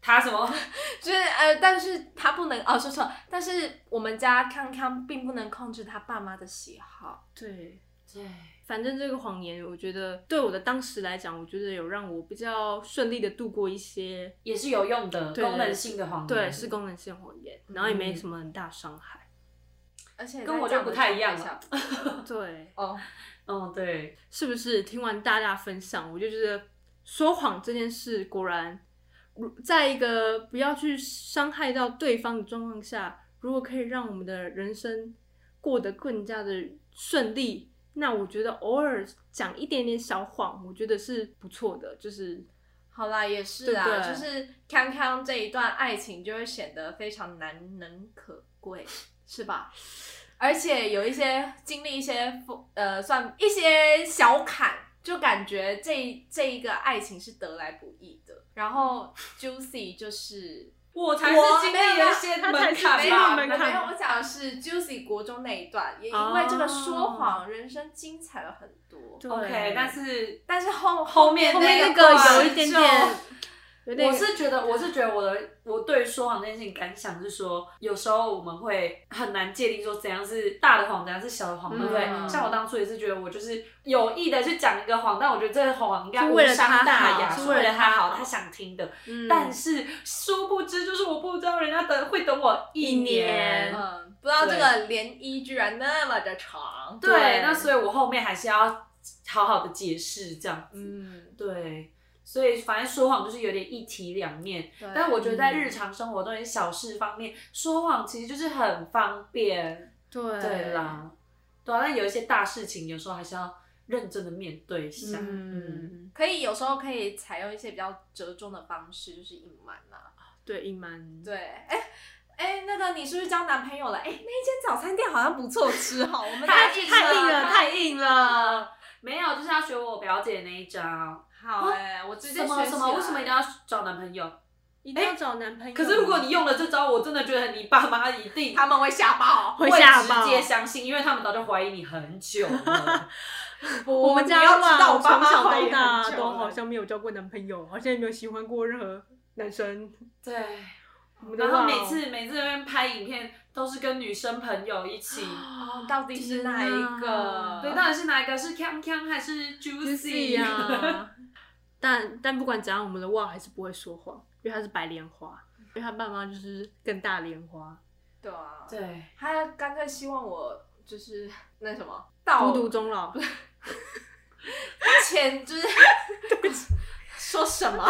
Speaker 3: 他什么？
Speaker 1: 就是呃，但是他不能哦，说错，但是我们家康康并不能控制他爸妈的喜好，
Speaker 4: 对。
Speaker 3: 对，
Speaker 4: 反正这个谎言，我觉得对我的当时来讲，我觉得有让我比较顺利的度过一些，
Speaker 3: 也是有用的
Speaker 4: 对
Speaker 3: 功能性的谎言。
Speaker 4: 对，是功能性谎言，然后也没什么很大伤害。
Speaker 1: 而且
Speaker 3: 跟我
Speaker 1: 在
Speaker 3: 就不太一样
Speaker 1: 这样的状况下
Speaker 4: 对，
Speaker 1: 哦，
Speaker 3: 嗯，对，
Speaker 4: 是不是？听完大家分享，我就觉得说谎这件事，果然，如在一个不要去伤害到对方的状况下，如果可以让我们的人生过得更加的顺利，那我觉得偶尔讲一点点小谎，我觉得是不错的，就是
Speaker 1: 好啦，也是啊，
Speaker 4: 对不对
Speaker 1: 就是康康这一段爱情就会显得非常难能可贵，是吧？而且有一些经历一些风呃，算一些小坎，就感觉这这一个爱情是得来不易的。然后 Juicy 就是
Speaker 3: 我
Speaker 1: 才是经历了一
Speaker 3: 些
Speaker 4: 他才是
Speaker 1: 没
Speaker 4: 没
Speaker 1: 有
Speaker 4: 有
Speaker 1: 没
Speaker 4: 门槛
Speaker 1: 有，我讲的是 Juicy 国中那一段，也因为
Speaker 4: 哦
Speaker 1: 这个说谎，人生精彩了很多。
Speaker 4: 对
Speaker 3: OK，但是
Speaker 1: 但是后
Speaker 3: 后面
Speaker 4: 后面
Speaker 3: 那
Speaker 4: 那个
Speaker 3: 段
Speaker 4: 有一点
Speaker 3: 就
Speaker 4: 点，有点
Speaker 3: 我是觉得，我是觉得我的我对于说谎这件事情感想是说，有时候我们会很难界定说怎样是大的谎，怎样是小的谎，
Speaker 4: 嗯
Speaker 3: 对不对？像我当初也是觉得我就是有意的去讲一个谎，但我觉得这个谎应该
Speaker 4: 是
Speaker 3: 无
Speaker 4: 为了
Speaker 3: 伤
Speaker 4: 他
Speaker 3: 大
Speaker 4: 好
Speaker 3: 雅，
Speaker 4: 是
Speaker 3: 是
Speaker 4: 为
Speaker 3: 为了
Speaker 4: 了
Speaker 3: 他
Speaker 4: 他
Speaker 3: 好，
Speaker 4: 好
Speaker 3: 他想听的。
Speaker 4: 嗯
Speaker 3: 但是殊不知，就是我不知道人家等会等我一
Speaker 4: 一年
Speaker 1: 嗯，不知道这
Speaker 3: 对
Speaker 1: 个涟漪居然那么的长。
Speaker 3: 对，
Speaker 4: 对
Speaker 3: 那所以我后面还是要好好的解释这样子。
Speaker 1: 嗯，
Speaker 3: 对，所以反正说谎就是有点一体两面。
Speaker 1: 对
Speaker 3: 但我觉得在日常生活中一些小事方面，说谎其实就是很方便。
Speaker 4: 对
Speaker 3: 对啦，对啊，但有一些大事情，有时候还是要认真的面对一下。嗯，
Speaker 1: 嗯，可以有时候可以采用一些比较折中的方式，就是隐瞒啦。
Speaker 4: 对隐瞒，
Speaker 1: 对，哎、哎、那个你是不是交男朋友了？哎、那一间早餐店好像不错吃哈，我们
Speaker 3: 太
Speaker 1: 家
Speaker 3: 硬
Speaker 4: 太硬了，
Speaker 1: 啊
Speaker 3: 了
Speaker 4: 太硬了。
Speaker 3: 嗯没有，就是要学我表姐那一招。
Speaker 1: 好哎、我直接
Speaker 3: 什么
Speaker 1: 学
Speaker 3: 什
Speaker 1: 起
Speaker 3: 么？
Speaker 1: 来
Speaker 3: 为什么一定要找男朋友？
Speaker 4: 一定要找男朋友。
Speaker 3: 可是如果你用了这招，我真的觉得你爸妈一定
Speaker 1: 他们会吓爆？
Speaker 4: 会吓
Speaker 3: 直
Speaker 4: 爆
Speaker 3: 接相信，因为他们早就怀疑你很久 了。
Speaker 4: 我们家
Speaker 1: 你要知道我
Speaker 4: 从
Speaker 1: 爸妈
Speaker 4: 小
Speaker 1: 怀疑
Speaker 4: 到大
Speaker 1: 很久
Speaker 4: 都
Speaker 1: 了
Speaker 4: 好像没有交过男朋友，好像也没有喜欢过任何男生。
Speaker 3: 对，
Speaker 4: 我们的
Speaker 3: 然后
Speaker 4: 哇
Speaker 3: 每次每次在那边拍影片都是跟女生朋友一起。
Speaker 1: 哦，到底是哪一个？
Speaker 3: 对，到底是哪一个是 Cam Cam 还是 Juicy
Speaker 4: 啊，但但不管怎样，我们的旺还是不会说谎，因为他是白莲花，因为他爸妈就是更大莲花，
Speaker 1: 对啊，
Speaker 3: 对，
Speaker 1: 他干脆希望我就是那什么，到
Speaker 4: 孤独终老。
Speaker 1: 前就是说什么？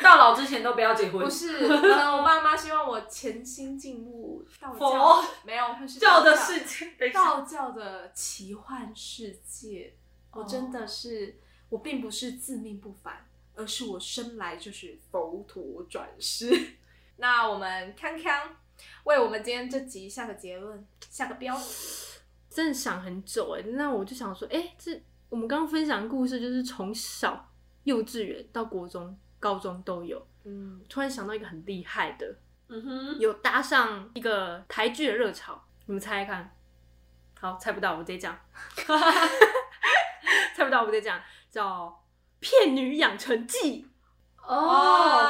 Speaker 3: 到老之前都不要结婚
Speaker 1: 不。是，可能我爸妈希望我潜心进入道教
Speaker 3: 佛，
Speaker 1: 没有，会是
Speaker 3: 叫
Speaker 1: 道
Speaker 3: 的事情，等一下
Speaker 1: 道教的奇幻世界。我真的是，我并不是自命不凡，而是我生来就是佛陀转世。 那我们康康为我们今天这集下个结论，下个标
Speaker 4: 真的想很久哎、那我就想说，哎、这我们刚刚分享的故事就是从小幼稚园到国中、高中都有。
Speaker 1: 嗯，
Speaker 4: 突然想到一个很厉害的，
Speaker 3: 嗯哼，
Speaker 4: 有搭上一个台剧的热潮，你们猜猜看？好，猜不到，我直接讲， 猜不到，我直接讲，叫《骗女养成记》。
Speaker 3: 哦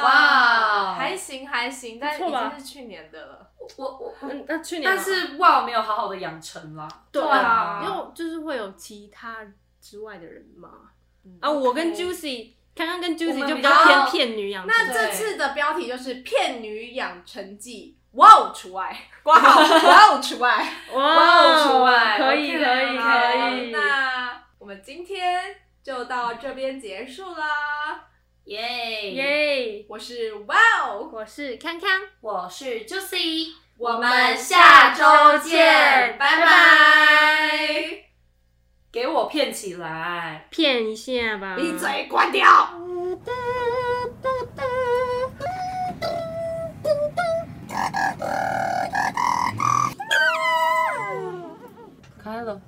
Speaker 3: 哇，
Speaker 1: 还行啊还行，但已
Speaker 4: 错吧
Speaker 1: 经是去年的了。
Speaker 3: 我我，
Speaker 4: 嗯，那去年啊，
Speaker 3: 但是哇，我没有好好的养成啦。
Speaker 4: 对
Speaker 1: 啊
Speaker 4: 因为就是会有其他之外的人嘛。
Speaker 1: 嗯
Speaker 4: 啊，我
Speaker 1: OK
Speaker 4: 跟 Juicy，刚刚跟
Speaker 3: 我
Speaker 4: Juicy
Speaker 3: 们
Speaker 4: 就
Speaker 3: 比
Speaker 4: 比
Speaker 3: 较
Speaker 4: 较偏骗女养成
Speaker 1: 那
Speaker 4: 记。
Speaker 1: 这次的标题就是“骗女养成记”，哇哦除外，挂号， 哇哦除外。
Speaker 3: 哇哦除外
Speaker 4: 可以
Speaker 3: OK
Speaker 4: 可以
Speaker 3: 啦
Speaker 4: 可以。
Speaker 1: 那我们今天就到这边结束啦。
Speaker 3: 耶，
Speaker 4: 耶，
Speaker 1: 我是哇哦，
Speaker 4: 我是康康。
Speaker 3: 我是 Juicy，
Speaker 1: 我们下周见，拜拜。
Speaker 3: 给我骗起来。
Speaker 4: 骗一下吧。
Speaker 1: 你嘴关掉。
Speaker 3: 开了。